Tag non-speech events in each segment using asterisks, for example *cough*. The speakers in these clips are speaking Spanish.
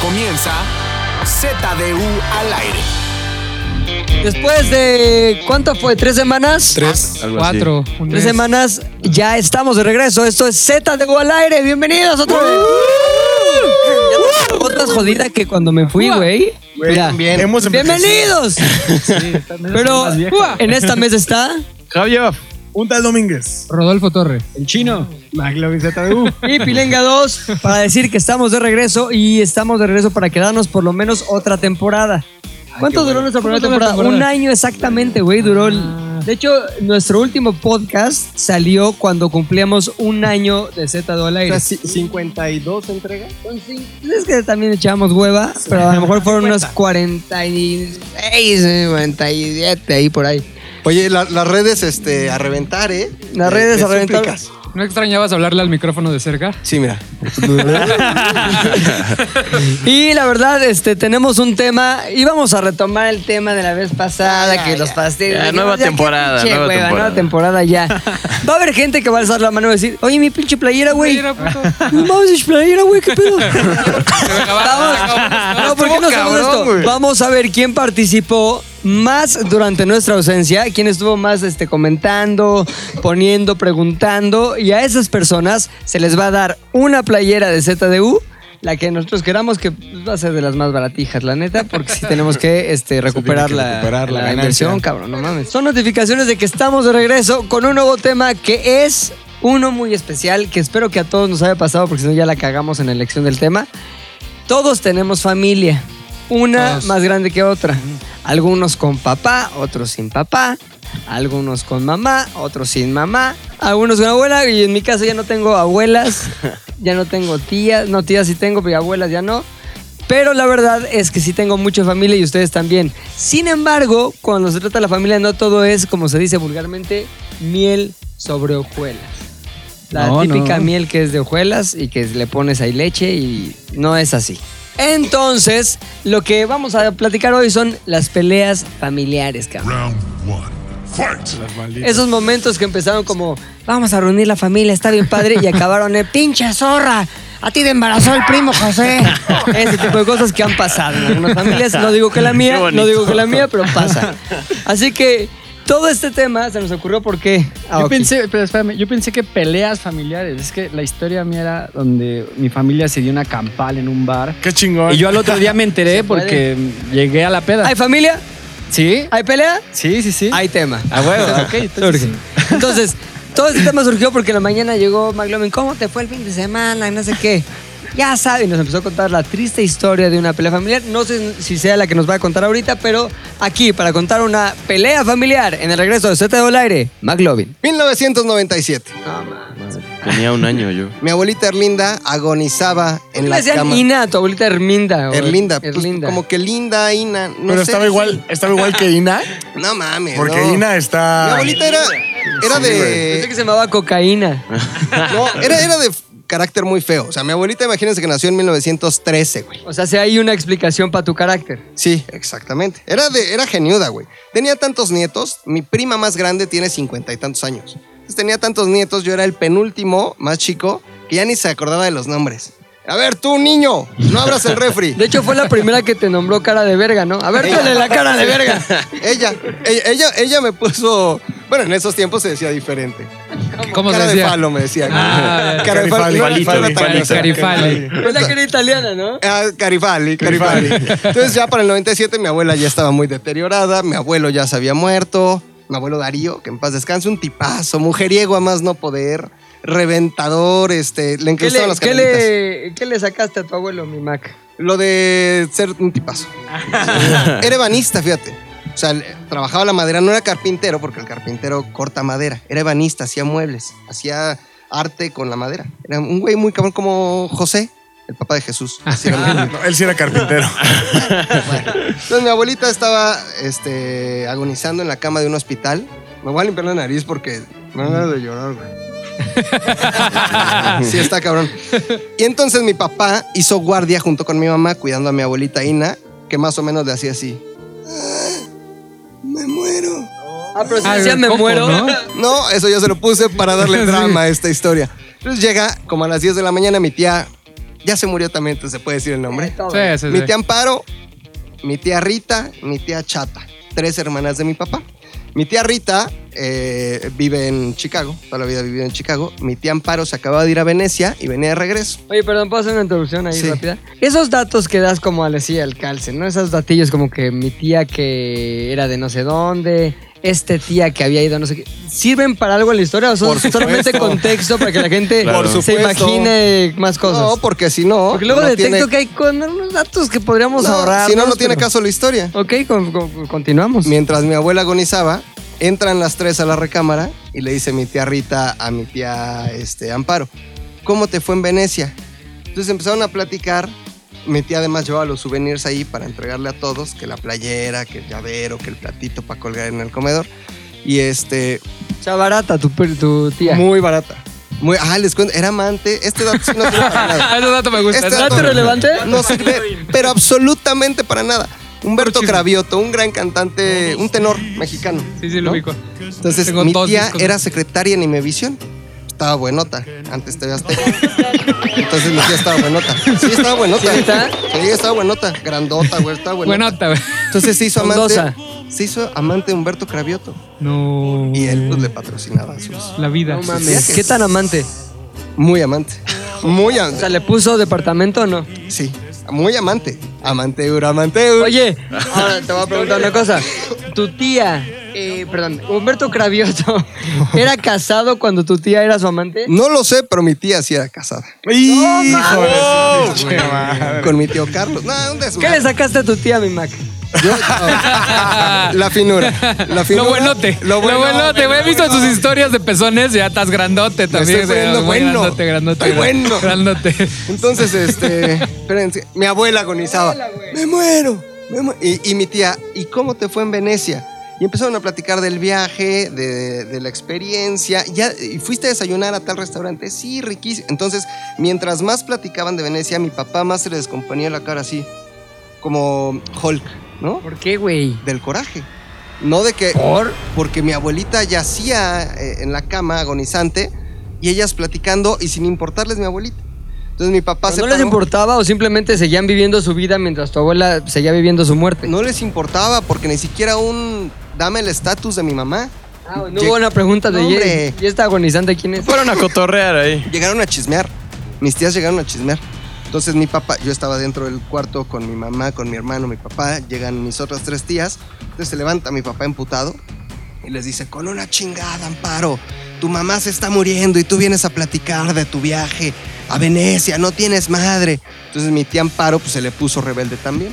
comienza ZDU al aire. Después de. ¿Cuánto fue? ¿Tres semanas? Tres. Algo así. Cuatro. un Tres mes. semanas, ya estamos de regreso. Esto es Z de al aire. Bienvenidos otra vez. Ya tengo Otra jodida que cuando me fui, güey. Mira. Bien. Hemos empezado. Bienvenidos. Pero en esta mesa está Javier, Un tal Domínguez. Rodolfo Torre. el chino. McLovin ZDU. y Pilenga 2 para decir que estamos de regreso y estamos de regreso para quedarnos por lo menos otra temporada. ¿Cuánto duró nuestra primera ¿Cuánto duró la temporada? Un temporada? año exactamente, güey, duró. el- De hecho, nuestro último podcast salió cuando cumplíamos un año de Z de al aire. 52 entregas. Es que también echábamos hueva, pero a lo mejor fueron unos 46, 47 ahí por ahí. Oye, la- las redes este, a reventar, ¿eh? Las Eh, redes te a reventar. súplicas. ¿No extrañabas hablarle al micrófono de cerca? Sí, *laughs* mira. Y la verdad, este, tenemos un tema. Íbamos a retomar el tema de la vez pasada, que los pasteles. Ya, Dijimos, nueva qué temporada, pinche nueva hueva, temporada. nueva temporada ya. *laughs* Va a haber gente que va a alzar la mano y decir, oye, mi pinche playera, güey. Mira, puto. *laughs* No mames, playera, güey, qué *laughs* pedo. Se acabó, Vamos. se acabó. *laughs* No, ¿por qué no hacemos esto? Vamos a ver quién participó más durante nuestra ausencia, quién estuvo más este, comentando, poniendo, preguntando. Y a esas personas se les va a dar una playera de ZDU. La que nosotros queramos que va a ser de las más baratijas, la neta, porque sí tenemos que *laughs* este, recuperar, la, recuperar la la ganancia. inversión, cabrón, no mames. Son notificaciones de que estamos de regreso con un nuevo tema que es uno muy especial, que espero que a todos nos haya pasado, porque si no ya la cagamos en la elección del tema. Todos tenemos familia, una Todos. más grande que otra. Algunos con papá, otros sin papá. Algunos con mamá, otros sin mamá. Algunos con abuela. Y en mi caso ya no tengo abuelas, ya no tengo tías. No, tías sí tengo, pero abuelas ya no. Pero la verdad es que sí tengo mucha familia y ustedes también. Sin embargo, cuando se trata de la familia, no todo es, como se dice vulgarmente, miel sobre hojuelas. La No, típica no. miel que es de hojuelas y que le pones ahí leche y no es así. Entonces, lo que vamos a platicar hoy son las peleas familiares, cabrón. Round one. Fight! Esos momentos que empezaron como, vamos a reunir la familia, está bien padre, y acabaron en, pinche zorra, a ti te embarazó el primo José. Ese tipo de cosas que han pasado en algunas familias. No digo que la mía, Qué bonito. no digo que la mía, pero pasa. Así que todo este tema se nos ocurrió porque... Ah, Yo ok. pensé, pero espérame, yo pensé que peleas familiares. Es que la historia mía era donde mi familia se dio una campal en un bar. Qué chingón. Y yo al otro día me enteré puede. porque llegué a la peda. ¿Hay familia? ¿Sí? ¿Hay pelea? Sí, sí, sí. Hay tema. Ah. A huevo, *laughs* ok. entonces sí. Entonces, todo este tema surgió porque en la mañana llegó McLovin, ¿cómo te fue el fin de semana? Y no sé qué. Ya sabe, y nos empezó a contar la triste historia de una pelea familiar. No sé si sea la que nos va a contar ahorita, pero aquí para contar una pelea familiar en el regreso de Z del Aire, McLovin. 1997. Tenía un año yo. Mi abuelita Erlinda agonizaba en Le la decían cama. Ina a tu abuelita Erminda. o Erlinda, pues, Erlinda. como que linda, Ina. No Pero sé, estaba sí. igual, estaba igual que Ina, *laughs* No mames. porque no. Ina está. Mi abuelita era, era Pensé que de. se llamaba cocaína. No, era, era de carácter muy feo. O sea, mi abuelita, imagínense que nació en 1913, güey. O sea, si hay una explicación para tu carácter. Sí, exactamente. Era, de, era geniuda, güey. Tenía tantos nietos. Mi prima más grande tiene cincuenta y tantos años. Entonces tenía tantos nietos. Yo era el penúltimo, más chico, que ya ni se acordaba de los nombres. A ver, tú, niño, no abras el *laughs* refri. De hecho, fue la primera que te nombró cara de verga, ¿no? A ver, dale la cara de verga. *laughs* Ella, ella, ella, ella me puso. Bueno, en esos tiempos se decía diferente. ¿Cómo se cara de decía? falo, me decía. Ah, cara de falo. No, Carifali. no era tan Carifali, grosero. Carifali. Fue la que era italiana, ¿no? Ah, Carifali, Carifali. Entonces ya para el 97 mi abuela ya estaba muy deteriorada, mi abuelo ya se había muerto, mi abuelo Darío, que en paz descanse, un tipazo, mujeriego a más no poder, reventador, este, le ¿Qué le, encristaban las qué carnitas. le- qué le sacaste a tu abuelo, mi Mac? Lo de ser un tipazo. Ah. era ebanista, fíjate. O sea, le- trabajaba la madera, no era carpintero, porque el carpintero corta madera. Era ebanista, hacía muebles, hacía arte con la madera. Era un güey muy cabrón como José, el papá de Jesús. Así era mi *laughs* abuelo. No, él sí *laughs* era carpintero. Entonces mi abuelita estaba este, agonizando en la cama de un hospital. Me voy a limpiar la nariz porque me van a dar de llorar, güey. sí, está cabrón. Y entonces mi papá hizo guardia junto con mi mamá cuidando a mi abuelita Ina, que más o menos le hacía así. "Ah, Me muero. Ah, pero si Ah, decía el me coco, muero. *laughs* ¿no? No, eso yo se lo puse para darle drama a esta historia. Entonces llega como a las 10 de la mañana mi tía ya se murió también, entonces se puede decir el nombre. Sí, sí, sí. Mi tía Amparo, mi tía Rita, mi tía Chata, tres hermanas de mi papá. Mi tía Rita eh, vive en Chicago, toda la vida ha vivido en Chicago. Mi tía Amparo se acababa de ir a Venecia y venía de regreso. Oye, perdón, ¿puedo hacer una introducción ahí Sí. rápida? Esos datos que das como a decía al calce, ¿no? Esos datillos como que mi tía que era de no sé dónde, este tía que había ido a no sé qué, ¿sirven para algo en la historia o son Por supuesto. *laughs* solamente contexto para que la gente Claro. Por se supuesto. imagine más cosas? No, porque si no. Porque luego no detecto tiene- que hay con unos datos que podríamos No, ahorrar. Si no, no tiene caso la historia. Ok, con- con- continuamos. Mientras mi abuela agonizaba, entran las tres a la recámara y le dice mi tía Rita a mi tía este, Amparo, ¿cómo te fue en Venecia? Entonces empezaron a platicar. Mi tía además llevaba los souvenirs ahí para entregarle a todos, que la playera, que el llavero, que el platito para colgar en el comedor. Y este, O sea, barata tu, per- tu tía. muy barata. Muy, ah, les cuento, era amante. Este dato sí no sirve *laughs* para nada. Ah, ese dato me gusta. Este ese dato dato- relevante? No sirve, pero absolutamente para nada. Humberto Cravioto, un gran cantante, un tenor mexicano. Sí, sí, lo ¿no? ubico. Entonces, Tengo mi dos tía discos. era secretaria en Imevisión. Estaba buenota. Antes te Azteca. Entonces, mi tía estaba buenota. Sí, estaba buenota. ¿Sí está? Sí, estaba buenota. Grandota, güey. Estaba buenota. Buenota, güey. Entonces, se hizo amante. Bondosa. Se hizo amante de Humberto Cravioto. *laughs* No. Y él, pues, le patrocinaba sus. La vida. No mames. ¿Qué tan amante? Muy amante. Muy O sea, amante. ¿le puso departamento o no? Sí. Muy amante. Amanteur, amanteur. *laughs* Oye, ahora te voy a preguntar una cosa. Tu tía, eh, perdón, Humberto *laughs* Cravioto, ¿era casado cuando tu tía era su amante? No lo sé, pero mi tía sí era casada. ¡Híjole! Con mi tío Carlos. No, un ¿Qué desmadre. le sacaste a tu tía, mi Mac? Yo- *laughs* no. La finura. La finura. Lo buenote. Lo bueno- buenote. güey. He visto tus historias de pezones y ya estás grandote también. estoy güey. poniendo Muy bueno. Grandote, grandote. Estoy bueno. Grandote. Entonces, este, espérense, mi abuela agonizaba. me muero. me mu-". y, y mi tía, ¿y cómo te fue en Venecia? Y empezaron a platicar del viaje, de, de la experiencia. Ya, ¿Y fuiste a desayunar a tal restaurante? Sí, riquísimo. Entonces, mientras más platicaban de Venecia, mi papá más se le descomponía la cara así, como Hulk, ¿no? ¿Por qué, güey? Del coraje. No de que... ¿Por? porque mi abuelita yacía eh, en la cama agonizante y ellas platicando y sin importarles mi abuelita. Entonces mi papá se ¿No les paró. importaba o simplemente seguían viviendo su vida mientras tu abuela seguía viviendo su muerte? No les importaba porque ni siquiera un dame el estatus de mi mamá. Ah, no hubo una pregunta de No, hombre. ¿y esta agonizante quién es? Fueron a cotorrear ahí. Llegaron a chismear. Mis tías llegaron a chismear. Entonces mi papá, yo estaba dentro del cuarto con mi mamá, con mi hermano, mi papá, llegan mis otras tres tías. Entonces se levanta mi papá emputado y les dice, con una chingada, Amparo, tu mamá se está muriendo y tú vienes a platicar de tu viaje a Venecia, no tienes madre. Entonces mi tía Amparo pues, se le puso rebelde también.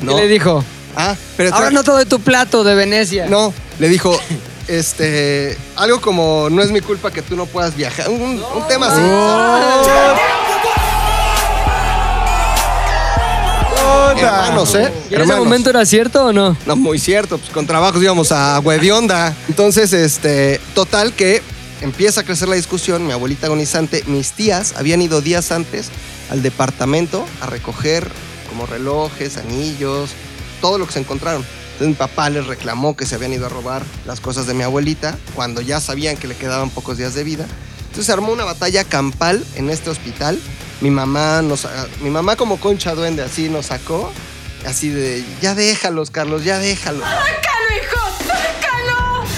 ¿Qué le dijo? Ah, pero Ahora no te doy tu plato de Venecia. no, le dijo, este, algo como, no es mi culpa que tú no puedas viajar. Un, un tema así. Hermanos, ¿eh? ¿Y en ese momento era cierto o no? No, muy cierto, pues con trabajos íbamos a Huevionda. Entonces, este, total que empieza a crecer la discusión, mi abuelita agonizante, mis tías habían ido días antes al departamento a recoger como relojes, anillos, todo lo que se encontraron. Entonces mi papá les reclamó que se habían ido a robar las cosas de mi abuelita cuando ya sabían que le quedaban pocos días de vida. Entonces se armó una batalla campal en este hospital. Mi mamá, nos, mi mamá como concha duende así nos sacó, así de, ya déjalos Carlos, ya déjalos.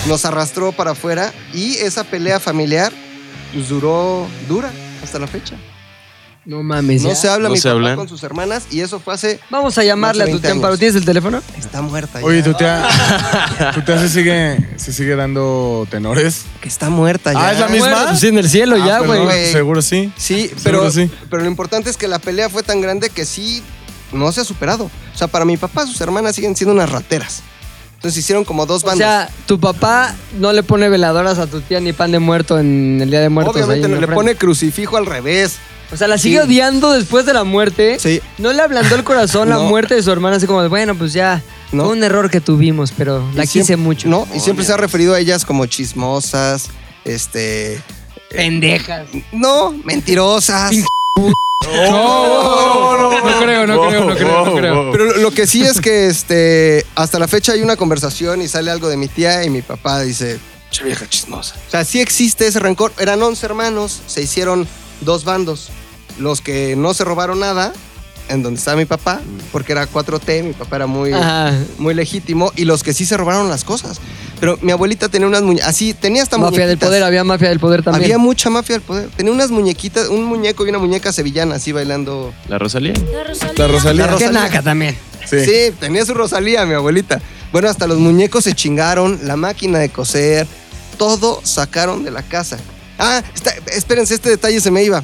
Nos arrastró para afuera y esa pelea familiar pues, duró, dura hasta la fecha. No mames. No ya. se habla No mi se papá hablan. con sus hermanas y eso fue hace... Vamos a llamarle a Más de tu 20 tía Amparo. años. ¿Tienes el teléfono? Está muerta. Oye, ya. tu tía, tu tía se sigue, se sigue dando tenores. Que está muerta ya. Ah, es la misma. Bueno, pues en el cielo Ah, ya, perdón, güey. güey. Seguro sí. Sí, Seguro pero, sí. pero lo importante es que la pelea fue tan grande que sí no se ha superado. O sea, para mi papá, sus hermanas siguen siendo unas rateras. Entonces hicieron como dos O bandas. sea, tu papá no le pone veladoras a tu tía ni pan de muerto en el Día de Muertos. ahí Obviamente en no, la le frente. pone crucifijo al revés. O sea, la sigue Sí. odiando después de la muerte. Sí. No le ablandó el corazón la *laughs* No. muerte de su hermana, así como de, bueno, pues ya, No. fue un error que tuvimos, pero la Y quise siempre- mucho. No, y siempre se ha referido a ellas como chismosas, este... Pendejas. No, mentirosas. No, no, no creo, no creo, no creo, no creo. Pero lo- lo que sí es que este, hasta la fecha hay una conversación y sale algo de mi tía y mi papá dice, "Che vieja chismosa. O sea, sí existe ese rencor. Eran 11 hermanos, se hicieron dos bandos. los que no se robaron nada, en donde estaba mi papá, Mm. porque era 4T, mi papá era muy, Ajá. muy legítimo, y los que sí se robaron las cosas. Pero mi abuelita tenía unas muñecas, así, tenía hasta Mafia del muñequitas. poder, había mafia del poder también. Había mucha mafia del poder. Tenía unas muñequitas, un muñeco y una muñeca sevillana así bailando. ¿La Rosalía? La Rosalía. La Rosalía. Qué naca también. Sí. Sí. tenía su Rosalía, mi abuelita. Bueno, hasta los muñecos se chingaron, la máquina de coser, todo sacaron de la casa. Ah, está- espérense, este detalle se me iba.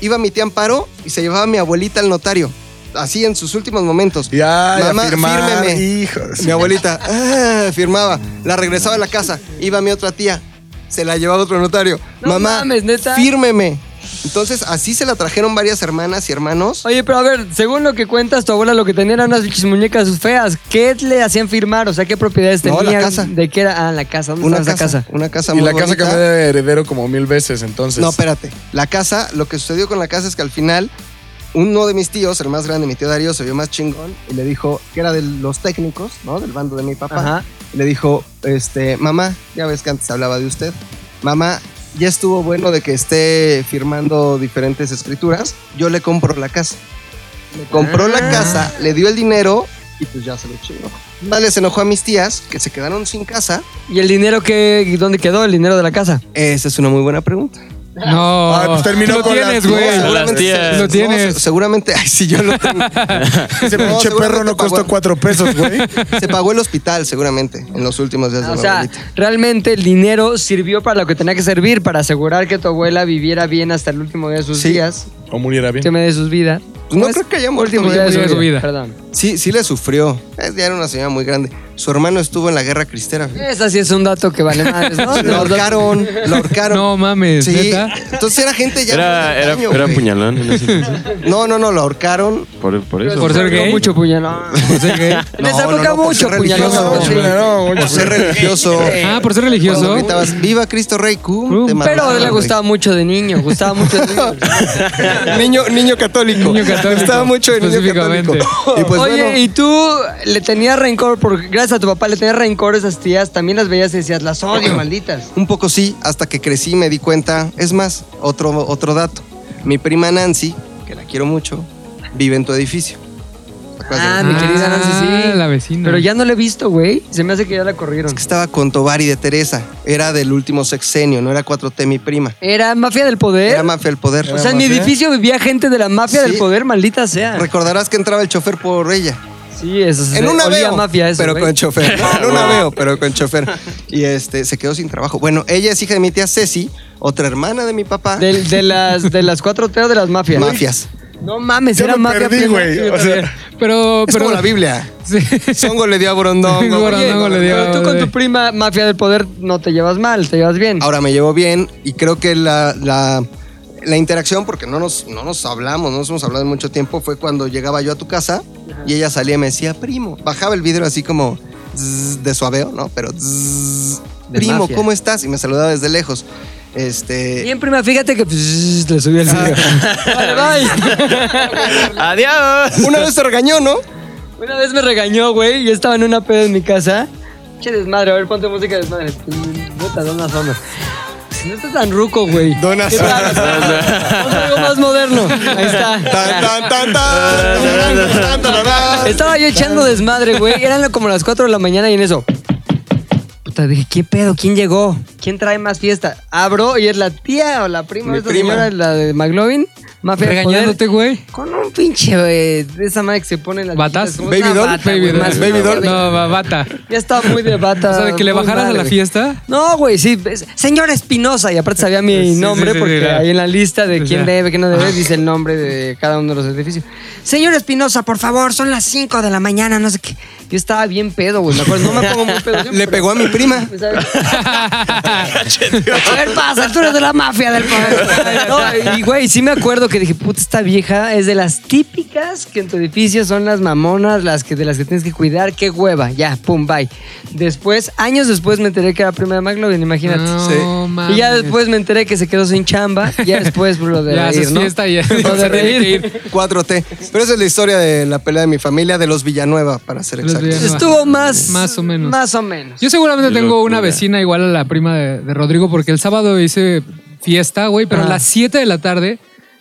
Iba mi tía Amparo y se llevaba a mi abuelita al notario. Así en sus últimos momentos. Ya, ya Mamá, firmar, fírmeme. hijos. Mi abuelita ah, firmaba, la regresaba a la casa, iba mi otra tía, se la llevaba a otro notario. No Mamá, mames, ¿neta? fírmeme. Entonces, así se la trajeron varias hermanas y hermanos. Oye, pero a ver, según lo que cuentas, tu abuela lo que tenía eran unas pinches muñecas feas. ¿Qué le hacían firmar? O sea, ¿qué propiedades No, tenía? la casa. ¿De qué era? Ah, la casa. ¿Dónde Una estaba casa, esa casa? Una casa Y muy la casa bonita. cambió de heredero como mil veces, entonces. No, espérate. La casa, lo que sucedió con la casa es que al final uno de mis tíos, el más grande, mi tío Darío, se vio más chingón y le dijo, que era de los técnicos, ¿no? Del bando de mi papá. Ajá. Y le dijo, este, mamá, ya ves que antes hablaba de usted. Mamá, ya estuvo bueno de que esté firmando diferentes escrituras. Yo le compro la casa. Le compró Ah. la casa, le dio el dinero y pues ya se lo chingó. Más les enojó a mis tías que se quedaron sin casa. ¿Y el dinero qué? ¿Dónde quedó el dinero de la casa? Esa es una muy buena pregunta. No. Ah, pues terminó lo con las tienes, dos, güey. seguramente. Seguramente- tías. Lo tienes. se- seguramente, *laughs* ay, si yo lo tengo. *laughs* No, Ese pinche seguramente perro no pagó- costó cuatro pesos, *laughs* güey. Se pagó el hospital, seguramente, en los últimos días de O mi sea, abuelita. realmente el dinero sirvió para lo que tenía que servir, para asegurar que tu abuela viviera bien hasta el último día de sus Sí. días, O muriera bien. último día de sus vidas. Pues no creo que haya muerto último pues, mi día de abuela. su vida. Su vida. Perdón. Sí, sí le sufrió. Es- Ya era una señora muy grande. Su hermano estuvo en la guerra cristera. fíjate. Esa sí es un dato que vale madres, *laughs* ¿no? Lo Los datos- ahorcaron, lo ahorcaron. No mames, Sí, neta. entonces era gente ya. Era, de era, antaño, era güey. puñalón en ese entonces. No, no, no, lo ahorcaron. Por, por eso. Por ser No, gay. Mucho *laughs* puñalón. En No, esa no, época no, por mucho ser puñalón. religioso. Sí. Claro, güey. Por ser religioso. Ah, por ser Cuando religioso. gritabas, viva Cristo Rey, cum, te Uh, Pero mataban, le güey. gustaba mucho de niño, gustaba mucho de niño. *laughs* niño, niño católico. Niño católico, Gustaba mucho el niño católico. *laughs* específicamente. Y pues Oye, bueno, y tú le tenías rencor, porque gracias a tu papá le tenías rencor a esas tías, también las veías y decías, las odio, *clears throat* malditas. Un poco sí, hasta que crecí me di cuenta. Es más, otro, otro dato. Mi prima Nancy, que la quiero mucho, vive en tu edificio. ¿Te acuerdas de Ah, mí? mi querida Nancy, sí. Ah, la vecina. Pero ya no le he visto, güey. Se me hace que ya la corrieron. Es que estaba con Tobar y de Teresa. Era del último sexenio, no era 4T mi prima. Era mafia del poder. Era mafia el poder. ¿Eh? o sea, en mi edificio vivía gente de la mafia Sí. del poder, maldita sea. Recordarás que entraba el chofer por ella. Sí, eso se En una olía veo, mafia eso, pero güey. *laughs* con chofer. No, en una veo, pero con chofer. Y este se quedó sin trabajo. Bueno, ella es hija de mi tía Ceci, otra hermana de mi papá. Del- de, las, de las cuatro T o de las mafias. mafias. No mames, Yo era me mafia. perdí, plena. güey. Sí, yo O sea, *laughs* también. Pero, Es pero. como la Biblia. *laughs* Sí. Songo le dio a Borondongo. *laughs* Borondongo le dio. Pero tú con güey. tu prima mafia del poder no te llevas mal, te llevas bien. Ahora me llevo bien y creo que la, la- la interacción, porque no nos, no nos hablamos, no nos hemos hablado en mucho tiempo, fue cuando llegaba yo a tu casa y ella salía y me decía, primo. Bajaba el vidrio así como zzz, de suaveo, ¿no? Pero zzz, De primo, mafia. ¿cómo estás? Y me saludaba desde lejos. Este, Bien, prima, fíjate que pues, le subí el Ah. video. Vale, *laughs* ¡Adiós! *laughs* una vez se regañó, ¿no? bye. Una vez me regañó, güey. Yo estaba en una peda en mi casa. Che, desmadre, a ver, ponte música de desmadre. Puta, dona zona. Si no estás tan ruco, güey. Dona ¿Qué Summer. tal? Pon algo más moderno. Ahí está. Tan, tan, tan, tan, tan, tan, tan, tan. Estaba yo echando desmadre, güey. Eran como las 4 de la mañana y en eso. Puta, dije, ¿qué pedo? ¿Quién llegó? ¿Quién trae más fiesta? Abro y es la tía o la prima Mi de esta prima. señora, la de McLovin. Mafia del poder. Regañándote, güey. Con un pinche eh, de esa madre que se pone en las ¿Batas? como una bata, Baby güey, doll. más Baby doll. fea, No, *laughs* va- bata. güey. Ya estaba muy de bata. O sea, de que le muy bajaras mal, a la güey. fiesta. No, güey, sí. es- Señora Espinosa. Y aparte sabía mi Sí, sí, nombre sí, porque sí, ya. ahí en la lista de Pues quién ya. debe, quién no debe, dice el nombre de cada uno de los edificios. Señora Espinosa, por favor, son las 5 de la mañana, no sé qué. Yo estaba bien pedo, güey. Me acuerdo, no me pongo muy *laughs* pedo. Le pegó a mi prima. A ver, pasa, tú eres de la mafia del poder. No, y güey, sí me acuerdo que dije, puta, esta vieja es de las típicas que en tu edificio son las mamonas, las que de las que tienes que cuidar, qué hueva, ya, pum, bye. Después, años después me enteré que era prima de McLovin, imagínate. No, mames. Y ya después me enteré que se quedó sin chamba. Ya después lo de Ya reír, haces ¿no? fiesta y ya. Lo de se tiene que ir. reír. 4T. Pero esa es la historia de la pelea de mi familia, de los Villanueva, para ser Los exactos. Villanueva. Estuvo más... Más o menos. Más o menos. Yo seguramente Qué tengo una locura. vecina igual a la prima de, de Rodrigo, porque el sábado hice fiesta, güey, pero Ah. a las 7 de la tarde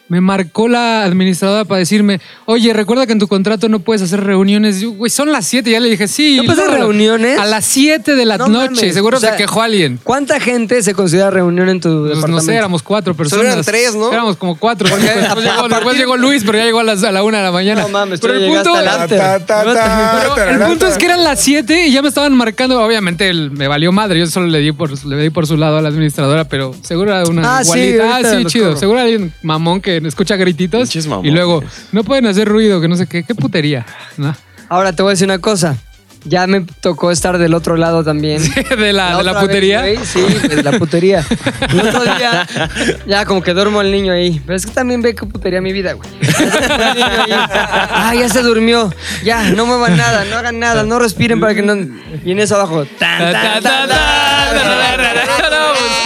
Me marcó la administradora para decirme, oye, recuerda que en tu contrato no puedes hacer reuniones. Yo, güey, son las 7. Ya le dije, sí. ¿No puedes hacer luego, reuniones? A las 7 de la No noche. mames, Seguro o sea, se quejó alguien. ¿Cuánta gente se considera reunión en tu Pues no departamento? sé, éramos cuatro personas. Solo eran tres, ¿no? Éramos como cuatro. después, llegó, después llegó Luis, pero ya llegó a, las, a la una de la mañana. No mames, tú pero el llegaste punto, al after. Ta, ta, ta, Ah, pero el tararata. punto es que eran las 7 y ya me estaban marcando. Obviamente el- me valió madre. Yo solo le di por, le di por su lado a la administradora, pero seguro era una Ah, sí, igualita. ahorita ah, sí, los chido. corro. Seguro hay un mamón que escucha grititos. Pinches mamones. Y luego, no pueden hacer ruido, que no sé qué. Qué putería. ¿no? *laughs* Ahora te voy a decir una cosa. Ya me tocó estar del otro lado también. *laughs* de la, de la otra putería. vez, güey, sí, de la *laughs* putería. El otro día, ya como que duermo el niño ahí. Pero es que también ve que putería mi vida, *laughs* güey. El niño ahí, Ah, ya se durmió. Ya, no muevan nada, no hagan nada, no respiren para que no. Y en eso abajo. tan, tan, Ta, ta, ta, ta, tan, ta, tan, ta, ta, ta.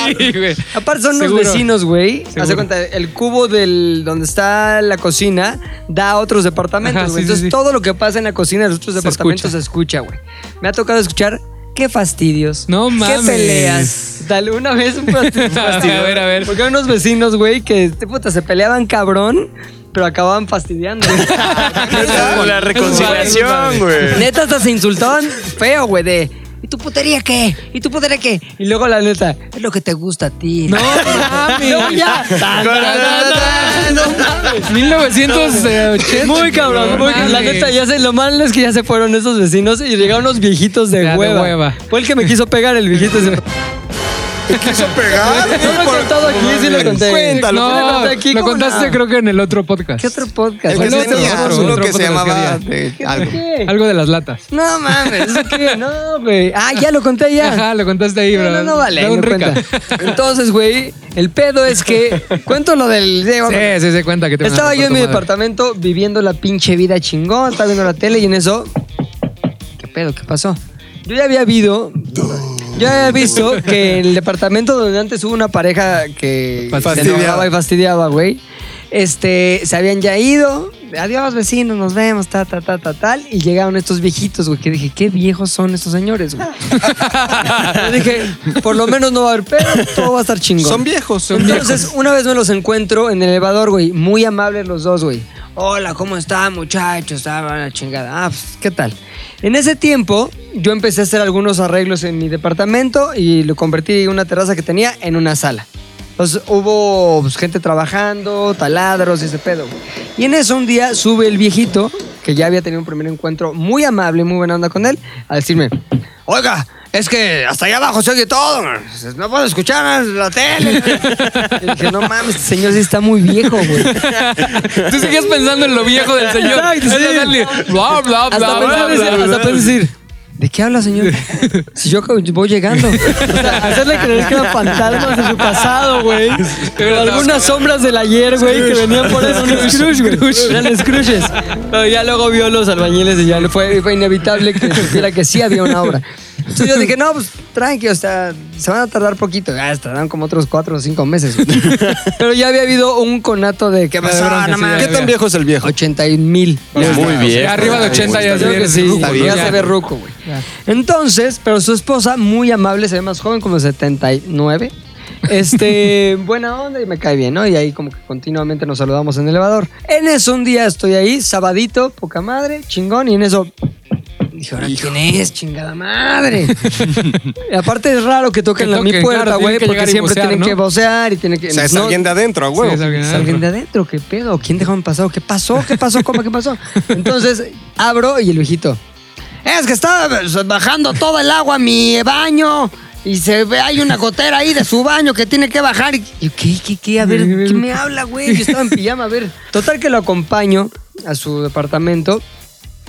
Sí, güey. Aparte son Seguro. los vecinos, güey. Hace Seguro. cuenta, el cubo del donde está la cocina da a otros departamentos, Ajá, güey. sí, Entonces sí, sí. todo lo que pasa en la cocina de los otros Se departamentos escucha. se escucha, güey. Me ha tocado escuchar qué fastidios. No mames. Qué peleas. Dale una vez un fastidio. *laughs* un fastidio. A ver, a ver. Porque hay unos vecinos, güey, que este, puta, se peleaban cabrón, pero acababan *laughs* fastidiando. *laughs* La reconciliación, Eso güey. *laughs* Neta, hasta se insultaban feo, güey, de... ¿Y tu putería qué? ¿Y tu putería qué? Y luego la neta, es lo que te gusta a ti. No mames. *laughs* No, ya. Tan, tan, tan, tan. No mames. 1980. Muy cabrón, No muy cabrón. La mames. neta, ya sé, lo malo es que ya se fueron esos vecinos y llegaron unos viejitos de, Ya, de hueva. hueva. Fue el que me quiso pegar el viejito. *laughs* ese. quiso Ah, pegar? No lo he contado aquí, sí lo conté. Cuéntalo. Sí lo No, conté aquí, lo ¿cómo contaste no? creo que en el otro podcast. ¿Qué otro podcast? El que Otro, se tenía, otro, uno otro que se podcast llamaba que eh, algo. ¿Qué? Algo de las latas. No mames, ¿eso qué? *laughs* No, güey. Ah, ya lo conté ya. Ajá, lo contaste ahí, No, bro. no, no vale. Da un no rica. *laughs* cuenta. Entonces, güey, el pedo es que. Cuento lo del. de- Sí, sí, se cuenta que te van a Ah, Estaba yo en mi romper tu madre. departamento viviendo la pinche vida chingón, estaba viendo la tele y en eso. ¿Qué pedo? ¿Qué pasó? Yo ya había habido. Yo ya había visto que el departamento donde antes hubo una pareja que se Fastidiaba. enojaba y fastidiaba, güey. Este, se habían ya ido. Adiós, vecinos, nos vemos, ta, ta, ta, ta, tal. Y llegaron estos viejitos, güey, que dije, qué viejos son estos señores, güey. *laughs* Yo dije, por lo menos no va a haber pedo, todo va a estar chingón. Son viejos, son Entonces, una vez me los encuentro en el elevador, güey. Muy amables los dos, güey. Hola, ¿cómo están, muchachos? Estaba la chingada. Ah, pues, ¿qué tal? En ese tiempo, yo empecé a hacer algunos arreglos en mi departamento y lo convertí una terraza que tenía en una sala. Entonces, hubo pues, gente trabajando, taladros y ese pedo. güey. Y en eso, un día sube el viejito, que ya había tenido un primer encuentro muy amable, muy buena onda con él, a decirme: Oiga, es que hasta allá abajo se oye todo. man. No puedo escuchar la tele. Y dije, no mames, este señor sí está muy viejo, güey. Tú seguías pensando en lo viejo del señor. Exacto, sí. Ahí está Dani. Bla, bla, Hasta bla, bla, pensar bla, decir- bla. hasta pensar decir, ¿de qué habla, señor? *laughs* Si yo voy llegando. O sea, *laughs* hacerle creer que eran fantasmas de su pasado, güey. O algunas sombras del ayer, güey, que venían por eso. Un Scrooge, güey. Eran Scrooges. Pero ya luego vio los albañiles y ya le fue, fue inevitable que supiera que sí había una obra. Entonces yo dije, no, pues tranqui, o sea, se van a tardar poquito. Ah, se tardaron como otros cuatro o cinco meses. güey. Pero ya había habido un conato de que pasó, bronca, no sí, mames. ya ¿Qué tan viejo es el viejo? 80 mil. Muy bien. Ya Arriba de 80 ya Creo que se sí, está bien. ya se ve ruco, güey. Entonces, pero su esposa, muy amable, se ve más joven, como de 79. Este, *laughs* buena onda y me cae bien, ¿no? Y ahí como que continuamente nos saludamos en el elevador. En eso un día estoy ahí, sabadito, poca madre, chingón, y en eso... Dije, ahora, ¿quién es? Chingada madre. *laughs* Y aparte es raro que toquen Que a mi toquen, puerta, claro, güey, tienen que porque llegar siempre y vocear, tienen ¿no? que vocear y tienen que... O sea, es no- alguien de adentro, a huevo. Sí, es alguien es adentro. alguien de adentro, ¿qué pedo? ¿Quién dejó pasado? ¿Qué pasó? ¿Qué pasó? ¿Cómo? ¿Qué *laughs* pasó? Entonces abro y el viejito. Es que está bajando todo el agua a mi baño. Y se ve, hay una gotera ahí de su baño que tiene que bajar. Y yo, ¿qué, qué, qué? A ver, ¿qué me habla, güey? Yo estaba en pijama, a ver. Total que lo acompaño a su departamento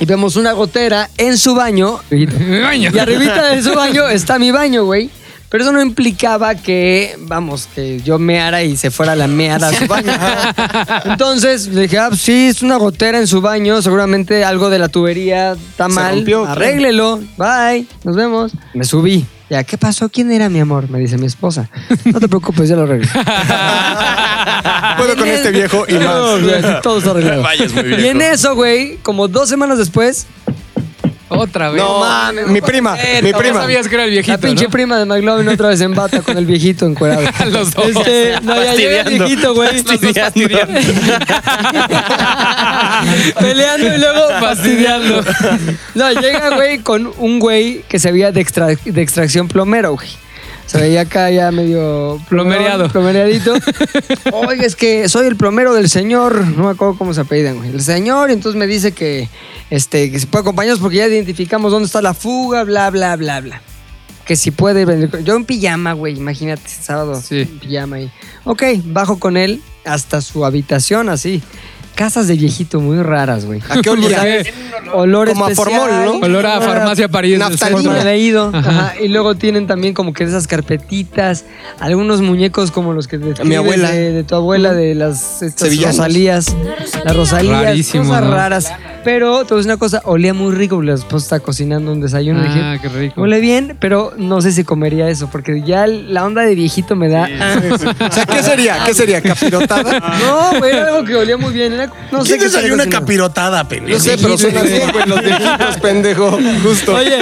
y vemos una gotera en su *laughs* baño. Mi baño. Y arribita de su baño está mi baño, güey. Pero eso no implicaba que, vamos, que yo meara y se fuera la meada a su *laughs* baño. Entonces le dije, ah, pues sí, es una gotera en su baño, seguramente algo de la tubería está Se mal. rompió, claro. Arréglelo, bye, nos vemos. Me subí. Ya, ¿qué pasó? ¿Quién era mi amor? Me dice mi esposa. No te preocupes, ya lo arreglo. *laughs* *laughs* Puedo con este viejo y No, más. *laughs* güey, todo está arreglado. Vaya, es muy Y en viejo. eso, güey, como dos semanas después, Otra vez. No mames, mi no prima, puede ser, mi no, No prima. sabías que era el viejito. La pinche ¿no? prima de McLovin otra vez en bata con el viejito encuerado. *laughs* Los dos. *laughs* Este, no, ya llega el Fastidiando. viejito, güey. *laughs* Fastidiando. *laughs* *laughs* Peleando y luego *laughs* fastidiando. No, llega, güey, con un güey que se veía de, extra- de extracción plomero, güey. Se veía acá ya medio... Plomereado. *laughs* Plomereadito. Oiga, es que soy el plomero del señor. No me acuerdo cómo se apellidan, güey. El señor, y entonces me dice que, este, que se puede acompañarnos porque ya identificamos dónde está la fuga, bla, bla, bla, bla. Que si puede venir. con- Yo en pijama, güey, imagínate, sábado. Sí. En pijama ahí. Ok, bajo con él hasta su habitación, así. Casas de viejito muy raras, güey. ¿A qué olía? Porque Olores Como a formol, ¿no? Olor a farmacia París. este, Naftalina. Forma Sí, de ido. Ajá, Y luego tienen también como que esas carpetitas, algunos muñecos como los que describes abuela. De, de tu abuela, de las estas Sevillanas. rosalías, las rosalías, Rarísimo, cosas ¿no? raras. Pero te voy a decir una cosa, olía muy rico, la esposa está cocinando un desayuno. y Ah, dije, qué rico. Huele bien, pero no sé si comería eso, porque ya la onda de viejito me da. O sea, ¿qué sería? ¿Qué sería? ¿Capirotada? Ah. No, güey, era algo que olía muy bien. Era, no sé ¿Quién qué estaría desayuna cocinando. capirotada, pendejo? No sé, pero suena así, güey, los viejitos, pendejo. Justo. Oye,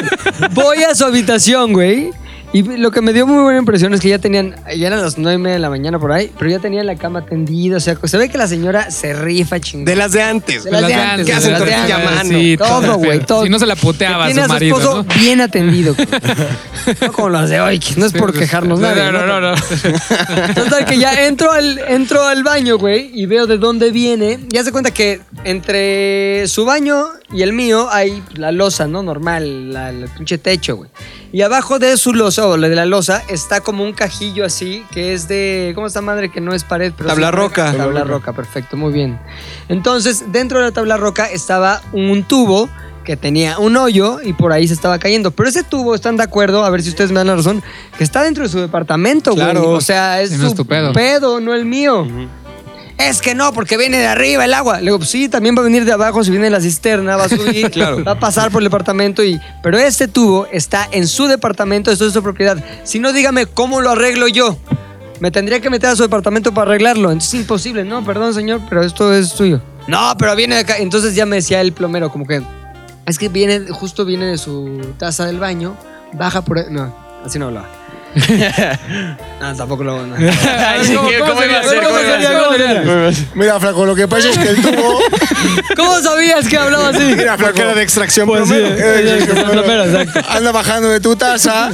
voy a su habitación, güey. Y lo que me dio muy buena impresión es que ya tenían, ya eran las nueve y media de la mañana por ahí, pero ya tenían la cama tendida. O sea, se ve que la señora se rifa chingón. De las de antes. De las de antes, que de hacen las de tortilla a antes, mano. sí, Todo, güey, todo. Si no se la Que puteaba a tiene su a su marido, esposo ¿no? bien atendido. *laughs* güey. No como los de hoy, que pues, no es por quejarnos No, nadie, no, no, no. Total que ya entro al, entro al baño, güey, y veo de dónde viene. Ya se cuenta que entre su baño y el mío hay la losa, ¿no? Normal, la, la pinche techo, güey. Y abajo de su losa, o la de la losa, está como un cajillo así, que es de... ¿Cómo está madre? Que no es pared, pero... Tabla es- roca. Tabla roca, perfecto, muy bien. Entonces, dentro de la tabla roca estaba un tubo que tenía un hoyo y por ahí se estaba cayendo. Pero ese tubo, ¿están de acuerdo? A ver si ustedes me dan la razón, que está dentro de su departamento, güey. Claro. O sea, es Sí, no es su tu pedo. no el mío. Es que no, porque viene de arriba el agua. Le digo, pues sí, también va a venir de abajo, si viene la cisterna, va a subir, va a pasar por el departamento. Y... Pero este tubo está en su departamento, esto es su propiedad. Si no, dígame cómo lo arreglo yo. Me tendría que meter a su departamento para arreglarlo. Entonces es imposible. No, perdón, señor, pero esto es suyo. No, pero viene de acá. Entonces ya me decía el plomero, como que. Es que viene, justo viene de su taza del baño, baja por. ahí-". No, así no hablaba. no, tampoco lo. no. Ay, sí, ¿Cómo- ¿qué- cómo ¿Cómo iba a sería? ser? ¿Cómo ¿Cómo iba a sería? ser? ¿Cómo sería? Mira, flaco, lo que pasa es que el tubo. ¿Cómo sabías que hablaba así? *laughs* Mira, flaco. Era de extracción Pues sí, plomero. eh, Anda bajando de tu taza.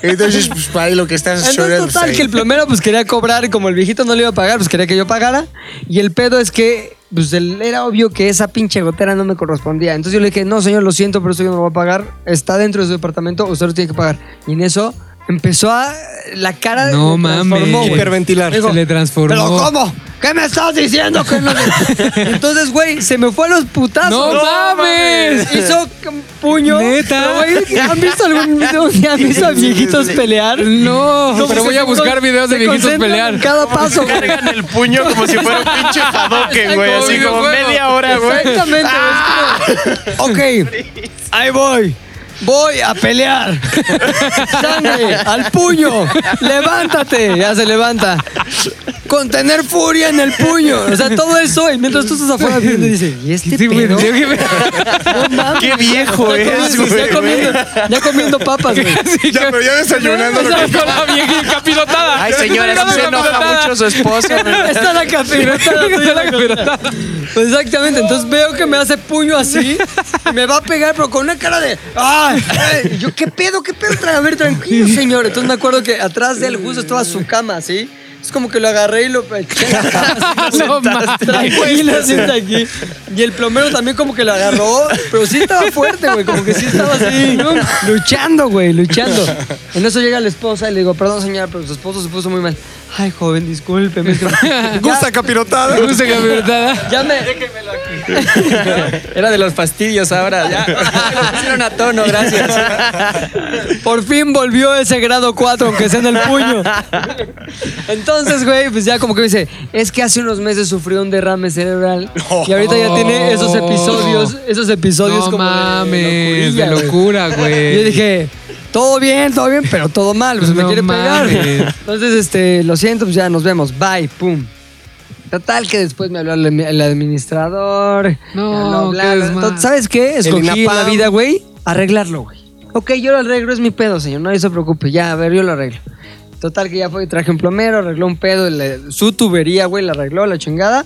Entonces, pues para ahí lo que estás Entonces, haciendo, pues, total, ahí. que el plomero pues quería cobrar, como el viejito no le iba a pagar, pues quería que yo pagara. Y el pedo es que, pues el- era obvio que esa pinche gotera no me correspondía. Entonces yo le dije, no, señor, lo siento, pero eso yo no lo voy a pagar. Está dentro de su departamento, usted lo tiene que pagar. Y en eso empezó a. La cara. No le transformó, mames. güey. Hiperventilar. Me dijo, Se le transformó. ¿Pero cómo? ¿Qué me estás diciendo? Que no le-?" *laughs* Entonces, güey, se me fue a los putazos. ¡No mames! Hizo puño. ¿Neta? Pero, güey, ¿Han visto algún video donde *laughs* han visto a viejitos pelear? No, No, pero pues, voy a se buscar con- videos de se viejitos concentran pelear. en *laughs* Cada paso. güey. Cargan el puño como si fuera *laughs* un pinche jadoque, güey. Como Así como videojuego. media hora, güey. Exactamente. Ah. es *laughs* como- ok, ahí voy. Voy a *laughs* pelear. Sangre al puño. Levántate. Ya se levanta. Contener furia en el puño. O sea, todo eso. Y mientras tú estás afuera, te dice, ¿y este Sí, güey, pedo? *laughs* tengo que ver. *laughs* Qué viejo Ya es, comiendo- güey. ya, comiendo, ya comiendo papas, güey. Sí, Ya, que- pero ya desayunando. O lo sea, que- con la vieja capirotada. Ay, señora, Con sí la se enoja capirotada. mucho su esposa. Está la cafeína. está la- Con la capirotada. Pues *laughs* exactamente, entonces veo que me hace puño así, y me va a pegar, pero con una cara de. ¡Ay! ay". Y yo, ¿qué pedo? ¿Qué pedo? Tra- A ver, tranquilo, señor. Entonces me acuerdo que atrás de él justo estaba su cama, ¿sí? Es como que lo agarré y *laughs* lo. *laughs* eché en la cama, así, *laughs* No Tranquilo, así está aquí. Y el plomero también como que lo agarró, pero sí estaba fuerte, güey, como que sí estaba así, ¿no? luchando, güey, luchando. En eso llega la esposa y le digo, perdón, señora, pero su esposo se puso muy mal. Ay, joven, discúlpeme. es *laughs* que- Gusta capirotada. mames. Con la capirotada. Ya me. Era de los fastidios ahora. Ya. *laughs* Lo pusieron a tono, gracias. Por fin volvió ese grado 4, aunque sea en el puño. Entonces, güey, pues ya como que me dice: Es que hace unos meses sufrió un derrame cerebral. Y ahorita ya tiene esos episodios, esos episodios No como. de mames, de locurilla, güey. locura, güey. Yo dije, todo bien, todo bien, pero todo mal, pues me No quiere pegar. mames. Entonces, este, lo siento, pues ya nos vemos, bye, pum. Total que después me habló el, el administrador. No, me habló, qué desmadre. Entonces, ¿Sabes qué? El Escogí en INAPAM. la vida, güey, arreglarlo, güey. Ok, yo lo arreglo, es mi pedo, señor, no se preocupe, ya, a ver, yo lo arreglo. Total que ya fue, traje un plomero, arregló un pedo, le- su tubería, güey, la arregló, la chingada.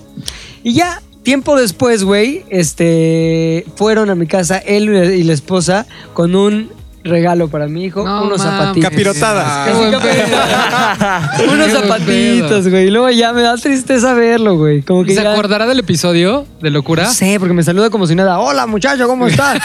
Y ya, tiempo después, güey, este, fueron a mi casa él y la esposa con un regalo para mi hijo, No unos mames. zapatitos. Qué Así buen que- *laughs* pedo. unos Qué buen zapatitos, güey. Y luego ya me da tristeza verlo, güey. Como que ¿Se ya- acordará del episodio de locura? No sé, porque me saluda como si nada. Hola, muchacho, ¿cómo *laughs* *laughs* estás?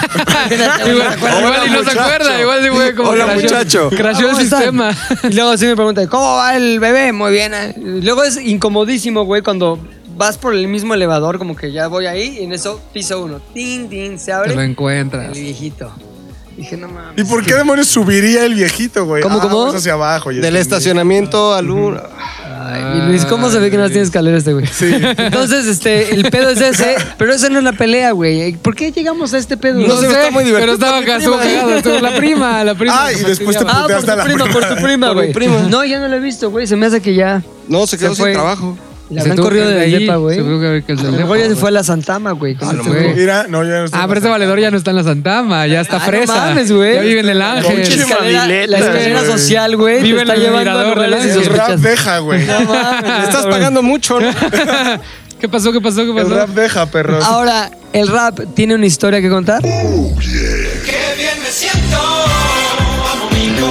Igual, igual y no se acuerda, igual sí, güey, como Hola, crasheó- muchacho. Crasheó el ¿Cómo están? sistema. Y luego sí me pregunta, ¿cómo va el bebé? Muy bien. eh. Y Luego es incomodísimo, güey, cuando vas por el mismo elevador, como que ya voy ahí, y en eso piso uno. Ting, ting, se Te lo abre el encuentras. viejito. Dije, no mames. ¿Y por qué demonios subiría el viejito, güey? ¿Cómo, Ah, cómo? pues hacia abajo. Del estacionamiento al uno. Ay, y Luis, ¿cómo se ve que no tiene escalera este güey? Sí. *laughs* Entonces, este, el pedo es ese, pero esa no es la pelea, güey. ¿Por qué llegamos a este pedo? No, No sé, sé, está muy pero divertido. estaba acá, estuvo cagado, estuvo la prima, la prima. Ah, que y después te fastidiaba. Ah, por puteaste tu a la prima, por tu prima, Por mi güey. prima. No, ya no lo he visto, güey. Se me hace que ya No, se quedó Se fue. sin trabajo. le Se habrán tuvo corrido que ir del de ahí, depa, güey. Se tuvo que haber que el A del lo depa, mejor ya se güey. fima. fue a la Santama, güey. con A lo este mejor. güey. Mira, no, ya no estoy Ah, pero ese valedor ya no está en la Santama, ya está Ah, no fresa. mames, güey. Ya vive en el Ángel. Pinche escalera- la mamiletas, escalera güey. social, güey. te Vive en está el llevando a mirador del lugares ángel. El rap sospechosos. deja, *laughs* güey. No mames. Le estás pagando mucho, ¿no? ¿Qué pasó? ¿Qué pasó? ¿Qué El pasó? rap deja, Ah, perros. Ahora, el rap tiene una historia que contar.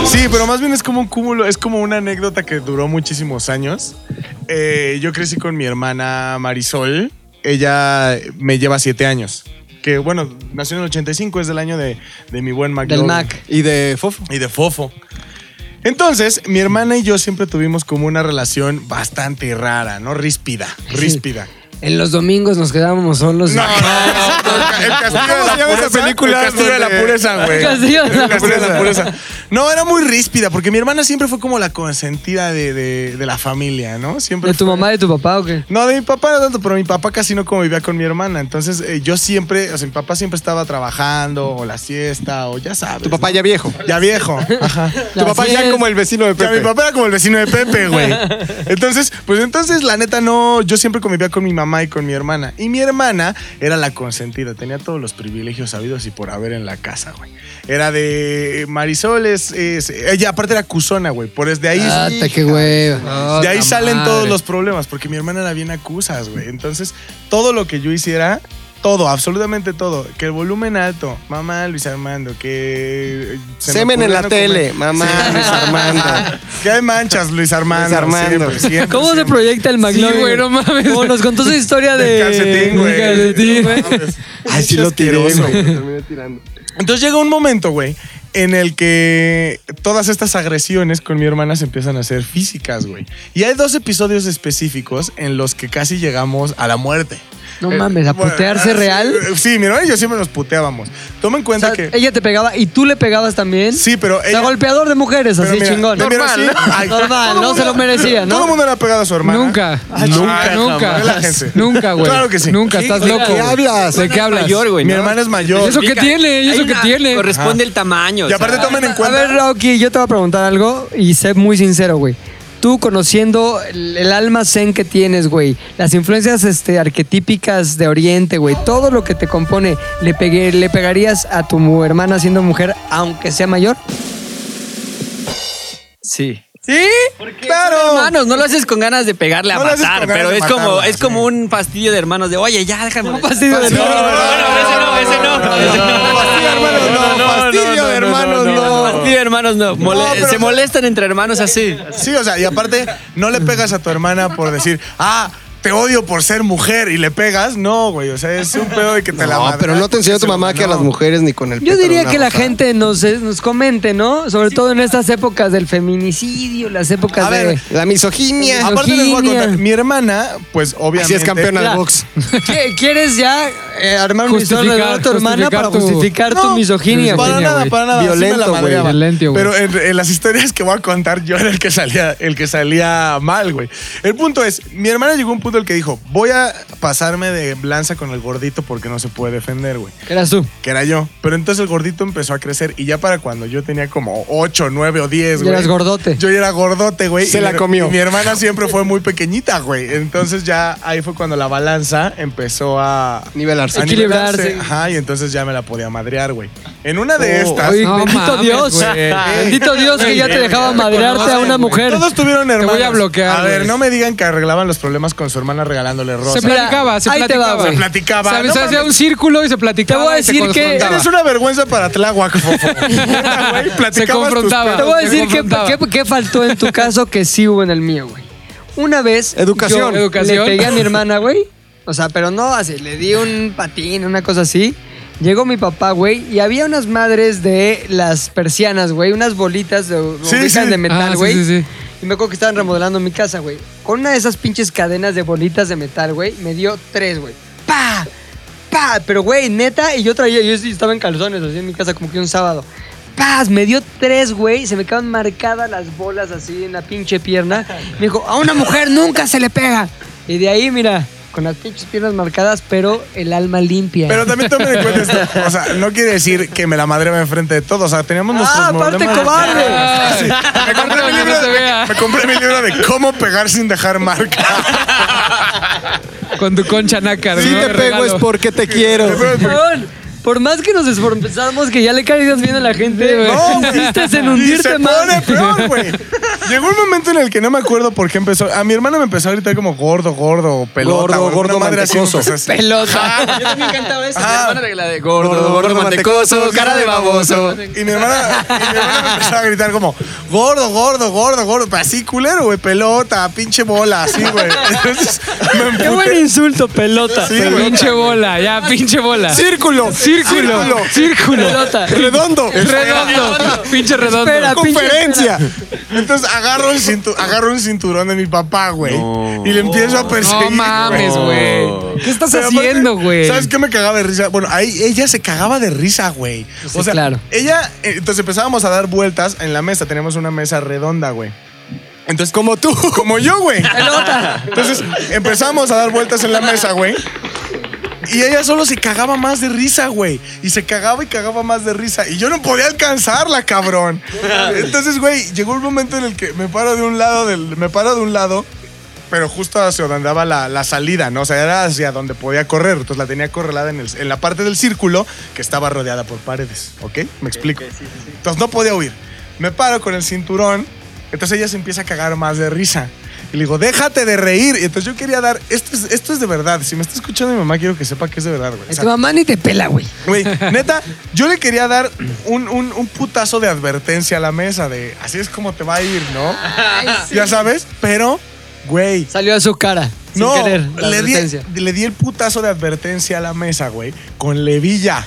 Sí, pero más bien es como un cúmulo, es como una anécdota que duró muchísimos años. Eh, yo crecí con mi hermana Marisol. Ella me lleva siete años. Que bueno, nació en el 85, es del año de, de mi buen Mac. Del Logan. Mac. Y de fofo. y de fofo. Entonces, mi hermana y yo siempre tuvimos como una relación bastante rara, ¿no? Ríspida, ríspida. En los domingos nos quedábamos solos. No, no, no. El castigo de la pureza. El castigo de la pureza, güey. Castigo de la El castigo de la pureza. No, era muy ríspida, porque mi hermana siempre fue como la consentida de, de- de la familia, ¿no? Siempre ¿De tu fue- mamá, de tu papá o qué? No, de mi papá no tanto, pero mi papá casi no convivía con mi hermana. Entonces, eh, yo siempre, o sea, mi papá siempre estaba trabajando, o la siesta, o ya sabes. Tu papá ya viejo. ¿no? ya viejo. Ajá. Tu papá Así ya es. como el vecino de O sea, Pepe. mi papá era como el vecino de *laughs* Pepe, güey. Entonces, pues entonces, la neta, no. Yo siempre convivía con mi mamá y con mi hermana. Y mi hermana era la consentida. Tenía todos los privilegios sabidos y por haber en la casa, güey. Era de eh, Marisol, es, es- ella aparte era cuzona, güey. Por es de ahí. Ah, qué güey. Oh, De ahí salen todos los problemas, porque mi hermana era bien acusas, güey. Entonces, todo lo que yo hiciera, todo, absolutamente todo, que el volumen alto, mamá Luis Armando, que... eh, se me Semen en ocurrió la no comer. tele, mamá Luis *laughs* Armando. Que hay manchas, Luis Armando. Luis Armando. siempre, siempre, ¿Cómo se siempre. proyecta el McLovin? güey, no mames. Como nos contó su historia de... El calcetín, güey. de calcetín. Ay, sí lo tiré, Asqueroso, güey. Entonces llega un momento, güey, en el que todas estas agresiones con mi hermana se empiezan a hacer físicas, güey. Y hay dos episodios específicos en los que casi llegamos a la muerte. No mames, a Bueno, putearse ah, sí, real. eh, Sí, mi hermana y yo siempre nos puteábamos. Toma en O cuenta sea, que... ella te pegaba y tú le pegabas también. Sí, pero O sea, ella- golpeador de mujeres, Pero así mira, chingón. te miro así, ay, Normal, todo no se mundo- lo merecía, ¿no? Todo el mundo le ha pegado a su hermana. Nunca. Ay, Nunca, ay, Ah, nunca. Relájense. Nunca, güey. Ah, Claro que sí. Nunca, estás ¿De loco. qué güey. hablas? ¿De qué hablas? Mayor, güey, Mi ¿no? hermana es mayor. ¿Eso qué tiene? ¿Y eso Hay qué una- tiene? Ah. Corresponde el tamaño. Y aparte tomen en A cuenta... ver, Rocky, yo te voy a preguntar algo y sé muy sincero, güey. Tú conociendo el, el alma zen que tienes, güey, las influencias este, arquetípicas de Oriente, güey, todo lo que te compone, ¿le, pegué- ¿le pegarías a tu mu- hermana siendo mujer, aunque sea mayor? Sí. ¿Sí? ¡Claro! Hermanos, no lo haces con ganas de pegarle a No lo haces matar, con ganas pero de es como matarla, es como sí. un fastidio de hermanos de, "Oye, ya déjame." Un fastidio de no, hermanos. no, ese no, No, ese no. no, fastidio de hermanos no, fastidio de hermanos no. Fastidio de hermanos no. Mole- No, pero- se molestan entre hermanos así. Sí, o sea, y aparte, no le pegas a tu hermana por decir, ah, te odio por ser mujer y le pegas. No, güey, o sea, es un pedo de que te la No, pero no te enseñó tu mamá que a las mujeres ni con el Yo pétalo diría una que la rosa. gente nos, eh, nos comente, ¿no? Sobre todo en estas épocas del feminicidio, las épocas A ver, de... La misoginia. Aparte les voy a Virginia. contar, mi hermana, pues Así obviamente. es campeona Mira, del box. ¿Qué- ¿Quieres ya eh, armar un Justificar- historia alrededor de tu hermana para justificar tu- justificar tu No, misoginia? Para güey? nada, güey. para nada. sí me la Violento, güey. madreaba. Violento, güey. Pero en, en las historias que voy a contar, yo era el que salía, el que salía mal, güey. El punto es, mi hermana llegó a un punto punto el que dijo, voy a pasarme de lanza con el gordito porque no se puede defender, güey. Eras tú. Que era yo. Pero entonces el gordito empezó a crecer y ya para cuando yo tenía como 8, 9 o 10, Y güey. eras gordote. Yo ya era gordote, güey. Se y la mi- comió. y mi hermana siempre fue muy pequeñita, güey. Entonces ya ahí fue cuando la balanza empezó a... Nivelarse. a Equilibrarse. nivelarse. Ajá, y entonces ya me la podía madrear, güey. En una Oh, de estas... Ay, bendito mames, Dios. güey. Bendito Dios que ya te dejaba madrearte a una mujer. Todos tuvieron hermanos. voy a bloquear, A ver, güey. no me digan que arreglaban los problemas con su hermana regalándole Se rosas. Mira, platicaba, se ahí te va, platicaba. güey. Se platicaba, Se- no se hacía mames. un círculo y se platicaba. Te voy a y se decir que- confrontaba. Eres una vergüenza para *laughs* Tláhuac, fofo. Güey, platicabas Se confrontaba. tus Te pedos. voy a Te decir que, confrontaba. que- que faltó en tu caso que sí hubo en el mío, güey. Una vez. Educación. yo Educación. Le pegué a mi hermana, güey. O sea, pero no así. Le di un patín, una cosa así. Llegó mi papá, güey, y había unas madres de las persianas, güey, unas bolitas de, Sí, ovejas sí. de Ah, metal, sí, güey. sí, sí. Y me acuerdo que estaban remodelando mi casa, güey. Con una de esas pinches cadenas de bolitas de metal, güey, me dio tres, güey. ¡Pa! ¡Pa! Pero, güey, neta, y yo traía, yo sí estaba en calzones, así en mi casa, como que un sábado. ¡Paz! Me dio tres, güey. Se me quedaron marcadas las bolas así en la pinche pierna. Me dijo, a una mujer nunca se le pega. Y de ahí, mira, con las pinches piernas marcadas, pero el alma limpia. Pero también tomen en cuenta esto. O sea, no quiere decir que me la madreaba enfrente de todos. O sea, teníamos nuestros ¡Ah, aparte problemas. cobarde! Ah, Me compré, mi Aparte, que libro no se de, vea. me compré mi libro de cómo pegar sin dejar *laughs* marca. Con tu concha nácar. Si ¿no? te De pego es regalo. porque te quiero. Cabrón, por más que nos esforzamos, que ya le caigas bien a la gente, güey. No, güey. insistes en Y se hundirte más. *laughs* pone peor, güey. *laughs* Llegó un momento en el que no me acuerdo por qué empezó. A mi hermana me empezó a gritar como gordo, gordo, pelota. Gordo, o alguna gordo, madre así me mantecoso. empezó así. Pelota. Yo también cantaba esa. Ah. Mi hermana era la de gordo, gordo, mantecoso, cara de baboso. Y mi hermana, y mi hermana me empezó a gritar como gordo, gordo, gordo, gordo. Pero así culero, güey. Pelota, pinche bola, así, güey. Entonces me emputé. Qué buen insulto, pelota. Sí, güey. Pinche bola, ya, pinche bola. Círculo. Círculo. Círculo. Círculo. Pelota. Redondo. Redondo. Pinche redondo. Espera, pinche- Conferencia. Entonces agarro, el cintu- agarro un cinturón de mi papá, güey. y le empiezo a perseguir. No mames, güey. güey. ¿Qué estás Pero aparte, haciendo, güey? ¿Sabes qué me cagaba de risa? Bueno, ahí ella se cagaba de risa, güey. o sea, claro. ella. eh, Entonces empezábamos a dar vueltas en la mesa. Teníamos una mesa redonda, güey. Entonces, como tú. *laughs* Como yo, *laughs* güey. Entonces empezamos a dar vueltas en la mesa, güey. Y ella solo se cagaba más de risa, güey. Y se cagaba y cagaba más de risa. Y yo no podía alcanzarla, cabrón. Entonces, güey, llegó un momento en el que me paro de un lado, del, me paro de un lado, pero justo hacia donde andaba la, la salida, ¿no? O sea, era hacia donde podía correr. Entonces la tenía correlada en, el- en la parte del círculo que estaba rodeada por paredes, ¿ok? Me explico. Entonces no podía huir. Me paro con el cinturón. Entonces ella se empieza a cagar más de risa. Y le digo, déjate de reír. Y entonces yo quería dar, esto es, esto es de verdad. Si me está escuchando mi mamá, quiero que sepa que es de verdad, güey. O sea, Tu mamá ni te pela, güey. *laughs* Güey, neta, yo le quería dar un, un- un putazo de advertencia a la mesa de así es como te va a ir, ¿no? Ya sabes, pero, güey, Salió a su cara. sin no, querer, la le, di, advertencia. le di el putazo de advertencia a la mesa, güey, con levilla.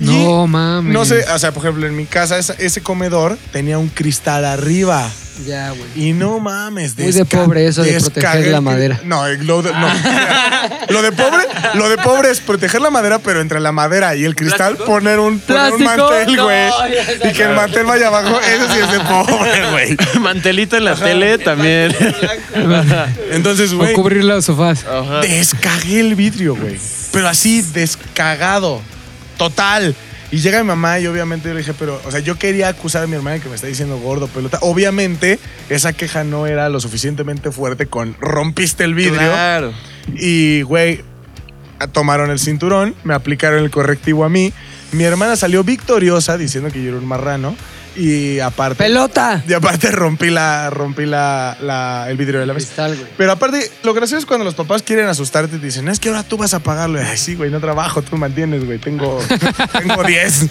Y No mames. No sé, o sea, por ejemplo, en mi casa esa- ese comedor tenía un cristal arriba. Ya, güey. Y no mames, Muy de desca- pobre eso de proteger descagué la el- madera. No, el- lo de, no. *laughs* Mira, lo de pobre, lo de pobre es proteger la madera, pero entre la madera y el cristal poner un, poner un ¿Plástico? mantel, No, güey. ya sé. y que el mantel vaya abajo, eso sí es de pobre, güey. *laughs* Mantelito en la tele también. Entonces, O güey, cubrir los sofás. descagué el vidrio, güey. Pero así descagado. Total. Y llega mi mamá y obviamente yo le dije, pero, o sea, yo quería acusar a mi hermana que me está diciendo gordo, pelota. Obviamente, esa queja no era lo suficientemente fuerte con rompiste el vidrio. Claro. Y, güey, tomaron el cinturón, me aplicaron el correctivo a mí. Mi hermana salió victoriosa diciendo que yo era un marrano. Y aparte. ¡Pelota! Y aparte rompí la. rompí la, la- el vidrio de la mesa. Cristal, güey. Pero aparte, lo gracioso es cuando los papás quieren asustarte y te dicen, es que ahora tú vas a pagarlo. Y, Ay, sí, güey, no trabajo, tú me mantienes, *laughs* güey. Tengo. tengo 10.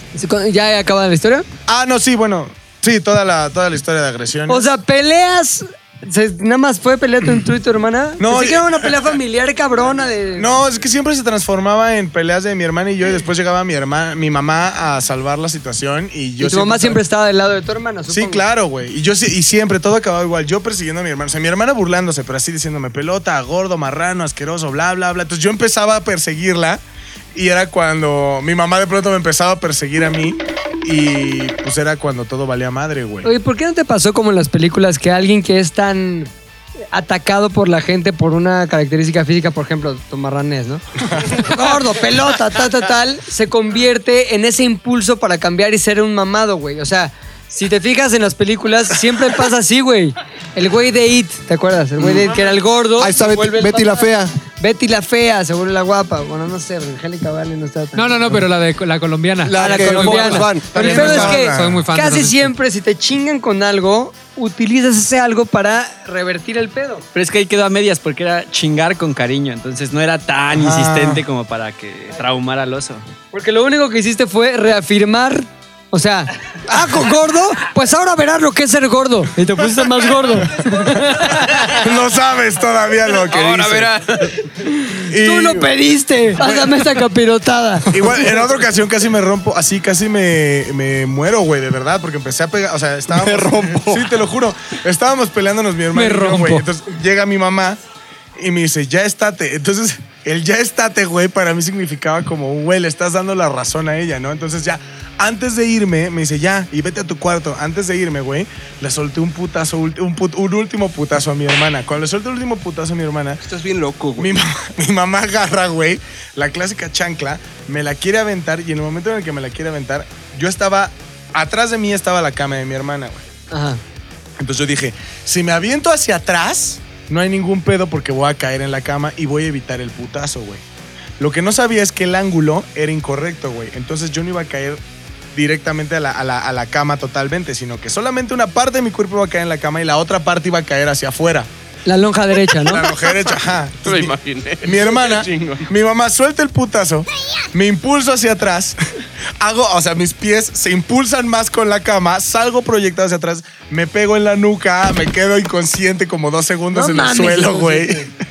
¿Ya acaba la historia? Ah, no, sí, bueno. Sí, toda la, toda la historia de agresión. O sea, peleas. se- nada más fue pelea entre tú y tu hermana. No, Pensé que y- era una pelea familiar cabrona de. No, es que siempre se transformaba en peleas de mi hermana y yo y después llegaba mi hermana, mi mamá a salvar la situación y yo y tu mamá siempre estaba del lado de tu hermana, Sí, supongo. claro, güey. Y yo sí- y siempre todo acababa igual, yo persiguiendo a mi hermana, o sea, mi hermana burlándose, pero así diciéndome pelota, gordo, marrano, asqueroso, bla bla bla. Entonces yo empezaba a perseguirla y era cuando mi mamá de pronto me empezaba a perseguir a mí y pues era cuando todo valía madre, güey. Oye, ¿por qué no te pasó como en las películas que alguien que es tan atacado por la gente por una característica física, por ejemplo, tomarranés, ¿no? Gordo, pelota, tal, tal, tal, se convierte en ese impulso para cambiar y ser un mamado, güey. O sea, si te fijas en las películas, siempre pasa así, güey. El güey de It, ¿te acuerdas? El güey de It, que era el gordo. Ahí está se Betty, vuelve el Betty la mamado. fea. Betty la fea, se vuelve la guapa. Bueno, no sé, Angélica Vale no está tan... No, no, no, pero la de la colombiana. La- a la que colombiana. Bob Juan. Pero el También pedo me es que gusta. Soy muy fan de casi esas. siempre si te chingan con algo, utilizas ese algo para revertir el pedo. Pero es que ahí quedó a medias porque era chingar con cariño. Entonces no era tan insistente como para que traumara al oso. Porque lo único que hiciste fue reafirmar. O sea, ah, con gordo, pues ahora verás lo que es ser gordo. Y te pusiste más gordo. *laughs* No sabes todavía lo que Ahora dice. verá. Y- Tú lo pediste. Pásame esta capirotada. *laughs* Igual, en otra ocasión casi me rompo, así casi me, me muero, güey, de verdad, porque empecé a pegar, o sea, estábamos... Me rompo. Sí, te lo juro. Estábamos peleándonos mi hermano Me y yo, rompo. güey. Entonces llega mi mamá y me dice, ya estate. Entonces, el ya estate, güey, para mí significaba como, güey, le estás dando la razón a ella, ¿no? Entonces ya, antes de irme, me dice, ya, y vete a tu cuarto. Antes de irme, güey, le solté un putazo, ulti- un, put- un último putazo a mi hermana. Cuando le solté el último putazo a mi hermana, Estás bien loco, güey. mi mamá, *laughs* mi mamá agarra, güey, la clásica chancla, me la quiere aventar y en el momento en el que me la quiere aventar, yo estaba, atrás de mí estaba la cama de mi hermana, güey. Ajá. Entonces yo dije, si me aviento hacia atrás, no hay ningún pedo porque voy a caer en la cama y voy a evitar el putazo, güey. Lo que no sabía es que el ángulo era incorrecto, güey. Entonces yo no iba a caer directamente a la, a la- a la cama totalmente, sino que solamente una parte de mi cuerpo iba a caer en la cama y la otra parte iba a caer hacia afuera. La lonja derecha, *laughs* ¿no? La mujer hecha, ajá. Me lo imaginé. *laughs* Mi hermana, Chingón. mi mamá suelta el putazo, me impulso hacia atrás, *laughs* hago, o sea, mis pies se impulsan más con la cama, salgo proyectado hacia atrás, me pego en la nuca, me quedo inconsciente como dos segundos No en mames, el suelo, hijo, güey. *laughs* sí, sí.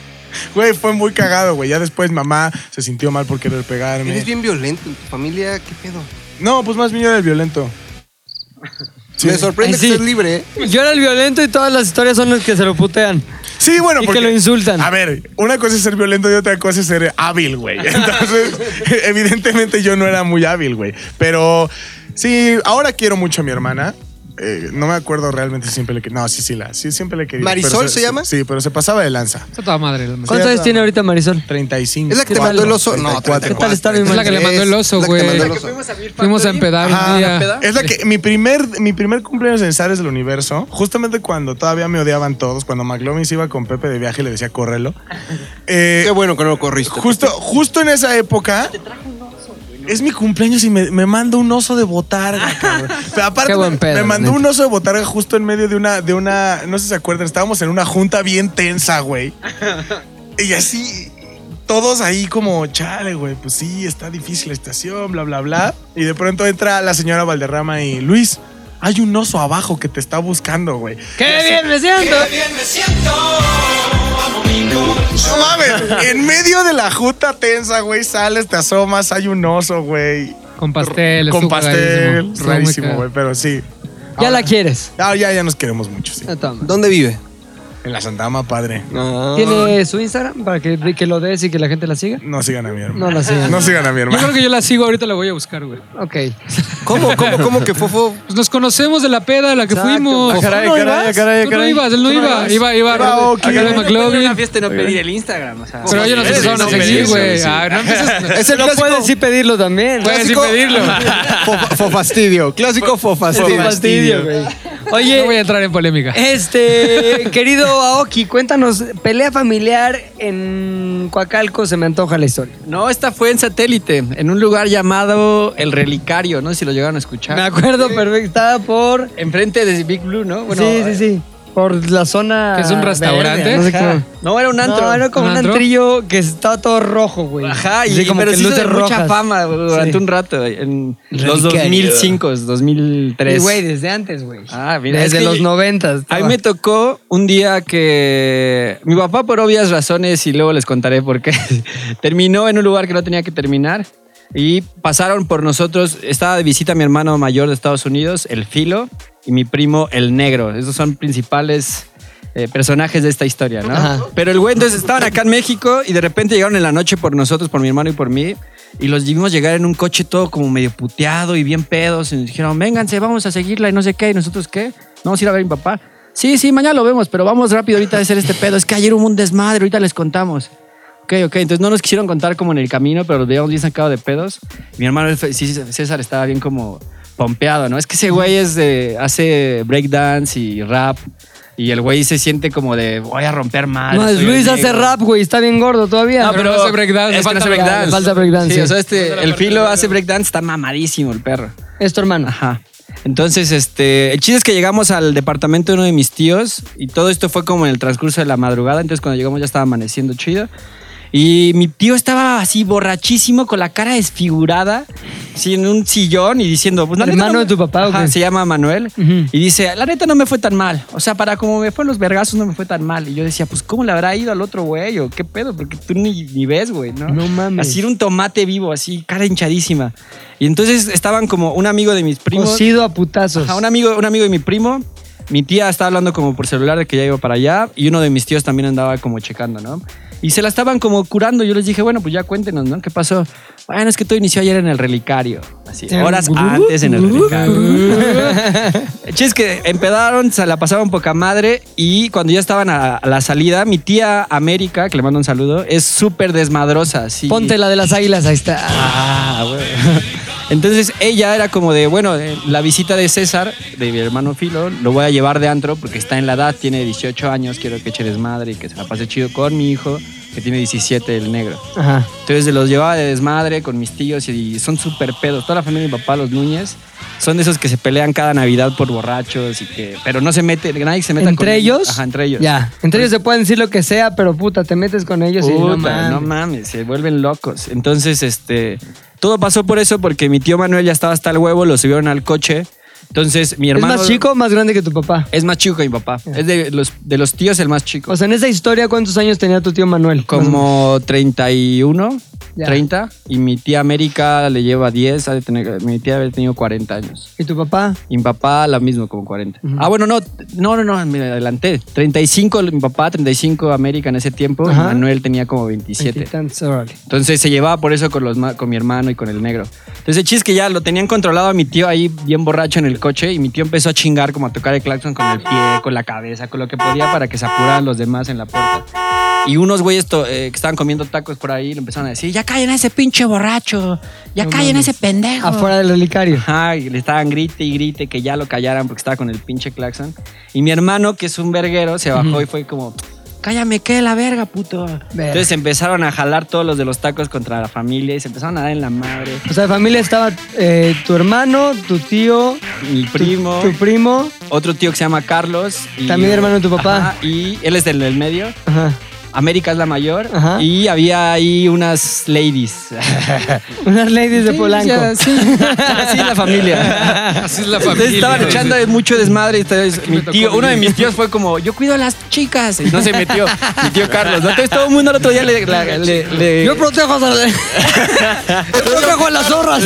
Güey, fue muy cagado, güey. Ya después mamá se sintió mal por querer pegarme. Eres bien violento. En tu familia, ¿qué pedo? No, pues más bien yo era el violento. Me sorprende Ay, sí. que estés libre. ¿eh? Yo era el violento y todas las historias son las que se lo putean. Sí, Y bueno, que porque... lo insultan. A ver, una cosa es ser violento y otra cosa es ser *laughs* hábil, güey. Entonces, *laughs* evidentemente yo no era muy hábil, güey. Pero sí, ahora quiero mucho a mi hermana. Eh, no me acuerdo realmente si siempre le que No, sí, sí, la, sí, siempre le quería. ¿Marisol pero se llama? Sí, pero se pasaba de lanza. Está toda madre. la- ¿Cuántos Sí, años no. tiene ahorita Marisol? 35. Es la que te mandó el oso. No, 34. ¿Qué tal está mi Es la que le mandó el oso, Es la que güey. mandó el oso. Fuimos a empedar un Ajá. día. Es la que mi primer, mi primer cumpleaños en Zares del Universo, justamente cuando todavía me odiaban todos, cuando McLovin se iba con Pepe de viaje y le decía córrelo. Eh, Qué bueno que no lo corriste. Justo, justo en esa época. Es mi cumpleaños y me, me manda un oso *laughs* de botarga, cabrón. Pero aparte, Qué buen me- pedo, me mandó neta. un oso de botarga justo en medio de una, de una. No sé si se acuerdan, estábamos en una junta bien *laughs* tensa, güey. Y así, todos ahí como, chale, güey, pues sí, está difícil la estación, bla, bla, bla. Y de pronto entra la señora Valderrama y Luis, hay un oso abajo que te está buscando, güey. ¡Qué bien me siento! No mames, en medio de la junta tensa, güey, sales, te asomas, hay un oso, güey. Con pastel. Con estuvo pastel. rarísimo. Estuvo muy Rarísimo, cagado. güey, pero sí. Ya la quieres. Ah, ya, ya nos queremos mucho, sí. Ah, toma. ¿Dónde vive? En la Santama, padre. ¿Tiene su Instagram para que, que lo des y que la gente la siga? No sigan a mi hermano. No la sigan. No sigan a mi Yo creo hermano. que yo la sigo, ahorita la voy a buscar, güey. Ok. ¿Cómo, cómo, cómo que *laughs* Fofo? Pues nos conocemos de la peda a la que Exacto. fuimos. Ah, caray, ¿Tú no caray, ibas? caray, Tú caray. no ibas, él no Tú no iba. ibas. Iba, iba. Iba, ok. acá de Pero una McLovin. fiesta y no pedir el Instagram. O sea, Pero ellos nos Eres empezaron a un seguir, imbécil, güey. sí. Ah, no empieces- Es el No clásico. puedes sí pedirlo también. Puedes sí clásico. pedirlo. *laughs* Fo- Fofastidio, clásico Qué fofastidio. fastidio, güey. No voy a Oye, entrar en polémica. *laughs* este, querido Aoki, cuéntanos, pelea familiar en Coacalco, se me antoja la historia. No, esta fue en satélite, en un lugar llamado El Relicario. No sé si lo llegaron a escuchar. Me acuerdo perfecta por... Enfrente de Big Blue, ¿no? sí, sí, sí. Por la zona... ¿Que es un restaurante? verde, no sé qué. Ajá. No, era un antro. No, era como ¿Un un antro? antrillo que estaba todo rojo, güey. Ajá, y Así pero sí hizo luces de mucha rojas. fama durante Sí. un rato, en los Relicario. 2005, 2003. Y, güey, desde antes, güey. Ah, mira, es Desde que los yo- noventas. A mí estaba. me tocó un día que mi papá, por obvias razones, y luego les contaré por qué, *laughs* terminó en un lugar que no tenía que terminar. Y pasaron por nosotros, estaba de visita mi hermano mayor de Estados Unidos, el Filo, y mi primo, el Negro. Esos son principales eh, personajes de esta historia, ¿no? Ajá. Pero el güey, entonces estaban acá en México y de repente llegaron en la noche por nosotros, por mi hermano y por mí. Y los vimos llegar en un coche todo como medio puteado y bien pedos. Y nos dijeron, vénganse, vamos a seguirla y no sé qué. ¿Y nosotros qué? Vamos a ir a ver a mi papá. sí, sí, mañana lo vemos, pero vamos rápido ahorita a hacer este pedo. Es que ayer hubo un desmadre, ahorita les contamos. Ok, ok, entonces no nos quisieron contar como en el camino, pero los digamos bien sacado de pedos. Mi hermano el Fe- sí, César estaba bien como pompeado, ¿no? Es que ese güey es de, hace breakdance y rap. Y el güey se siente como de voy a romper mal. Más Luis hace rap, güey. Está bien gordo todavía. No, pero pero no hace breakdance, Es le que no falta hace breakdance. breakdance. Le falta breakdance, Sí, sí. o sea, este, el filo hace breakdance, está mamadísimo el perro. Es tu hermano. Ajá. Entonces, este, el chiste es que llegamos al departamento de uno de mis tíos y todo esto fue como en el transcurso de la madrugada. Entonces, cuando llegamos ya estaba amaneciendo chido. Y mi tío estaba así borrachísimo, con la cara desfigurada, así en un sillón y diciendo... Pues, la ¿El neta hermano de me- tu papá o Ajá, qué? se llama Manuel. Ujú. Y dice, la neta no me fue tan mal. O sea, para como me fue en los vergazos no me fue tan mal. Y yo decía, pues, ¿cómo le habrá ido al otro güey? ¿O qué pedo? Porque tú ni, ni ves, güey, ¿no? No mames. Así era un tomate vivo, así, cara hinchadísima. Y entonces estaban como un amigo de mis primos... Cocido a putazos. Ajá, un amigo, un amigo de mi primo. Mi tía estaba hablando como por celular de que ya iba para allá y uno de mis tíos también andaba como checando, ¿no? Y se la estaban como curando. Yo les dije, bueno, pues ya cuéntenos, ¿no? ¿Qué pasó? Bueno, es que todo inició ayer en el relicario. Así, Em, horas antes en el relicario. *laughs* El chiste es que empedaron, se la pasaban poca madre y cuando ya estaban a, a la salida, mi tía América, que le mando un saludo, es súper desmadrosa. Así. Ponte la de las águilas, ahí está. Ah, güey. *laughs* Entonces ella era como de, bueno, eh, la visita de César, de mi hermano Filo, lo voy a llevar de antro porque está en la edad, tiene 18 años, quiero que eche madre y que se la pase chido con mi hijo, que tiene 17, el negro. Ajá. Entonces los llevaba de desmadre con mis tíos y son súper pedos. Toda la familia de mi papá, los Núñez, son de esos que se pelean cada Navidad por borrachos y que... Pero no se mete, nadie se mete ¿Entre ellos? Ajá, entre ellos. Ya. Entre ellos se pueden decir lo que sea, pero puta, te metes con ellos y Puta, no mames. no mames, se vuelven locos. Entonces, este, todo pasó por eso porque mi tío Manuel ya estaba hasta el huevo, lo subieron al coche. Entonces, mi ¿Es hermano más chico o más grande que tu papá? es más chico que mi papá. Es de los de los tíos el más chico. O sea, en esa historia, ¿cuántos años tenía tu tío Manuel? como 31, Ya. 30 y mi tía América le lleva 10, ha de tener- mi tía había tenido 40 años. ¿Y tu papá? Y mi papá la misma, como 40. Ah, bueno, no, no, no, no, me adelanté. 35, mi papá, 35 América en ese tiempo. y Ajá. Manuel tenía como 27. Veintitantos, órale. Entonces se llevaba por eso con, los ma- con mi hermano y con el negro. Entonces el chiste es que ya lo tenían controlado a mi tío ahí bien borracho en el coche y mi tío empezó a chingar como a tocar el claxon con el pie, con la cabeza, con lo que podía para que se apuraran los demás en la puerta. Y unos güeyes to- eh, que estaban comiendo tacos por ahí le empezaron a decir, ya callen a ese pinche borracho, ya callen a ese pendejo. Afuera del relicario. Ajá, y le estaban grite y grite que ya lo callaran porque estaba con el pinche claxon. Y mi hermano, que es un verguero, se bajó y fue como, cállame, que la verga, puto. Entonces empezaron a jalar todos los de los tacos contra la familia y se empezaron a dar en la madre. O sea, de familia estaba eh, tu hermano, tu tío, Mi tu- primo, tu, primo. otro tío que se llama Carlos. y- También hermano de tu papá. Ajá, y él es del, del medio. Ajá. América es la mayor. Ajá. Y había ahí unas ladies. *laughs* Unas ladies de Polanco. Sí, así es la familia. Así es la Entonces familia. estaban güey. echando mucho desmadre. y entonces mi tocó tío, uno de vivir. mis tíos fue como, yo cuido a las chicas. Y no se metió. mi tío Carlos. ¿no? Entonces todo el mundo al otro día le... la- le- le- Yo protejo a *laughs* las... Yo protejo a las zorras.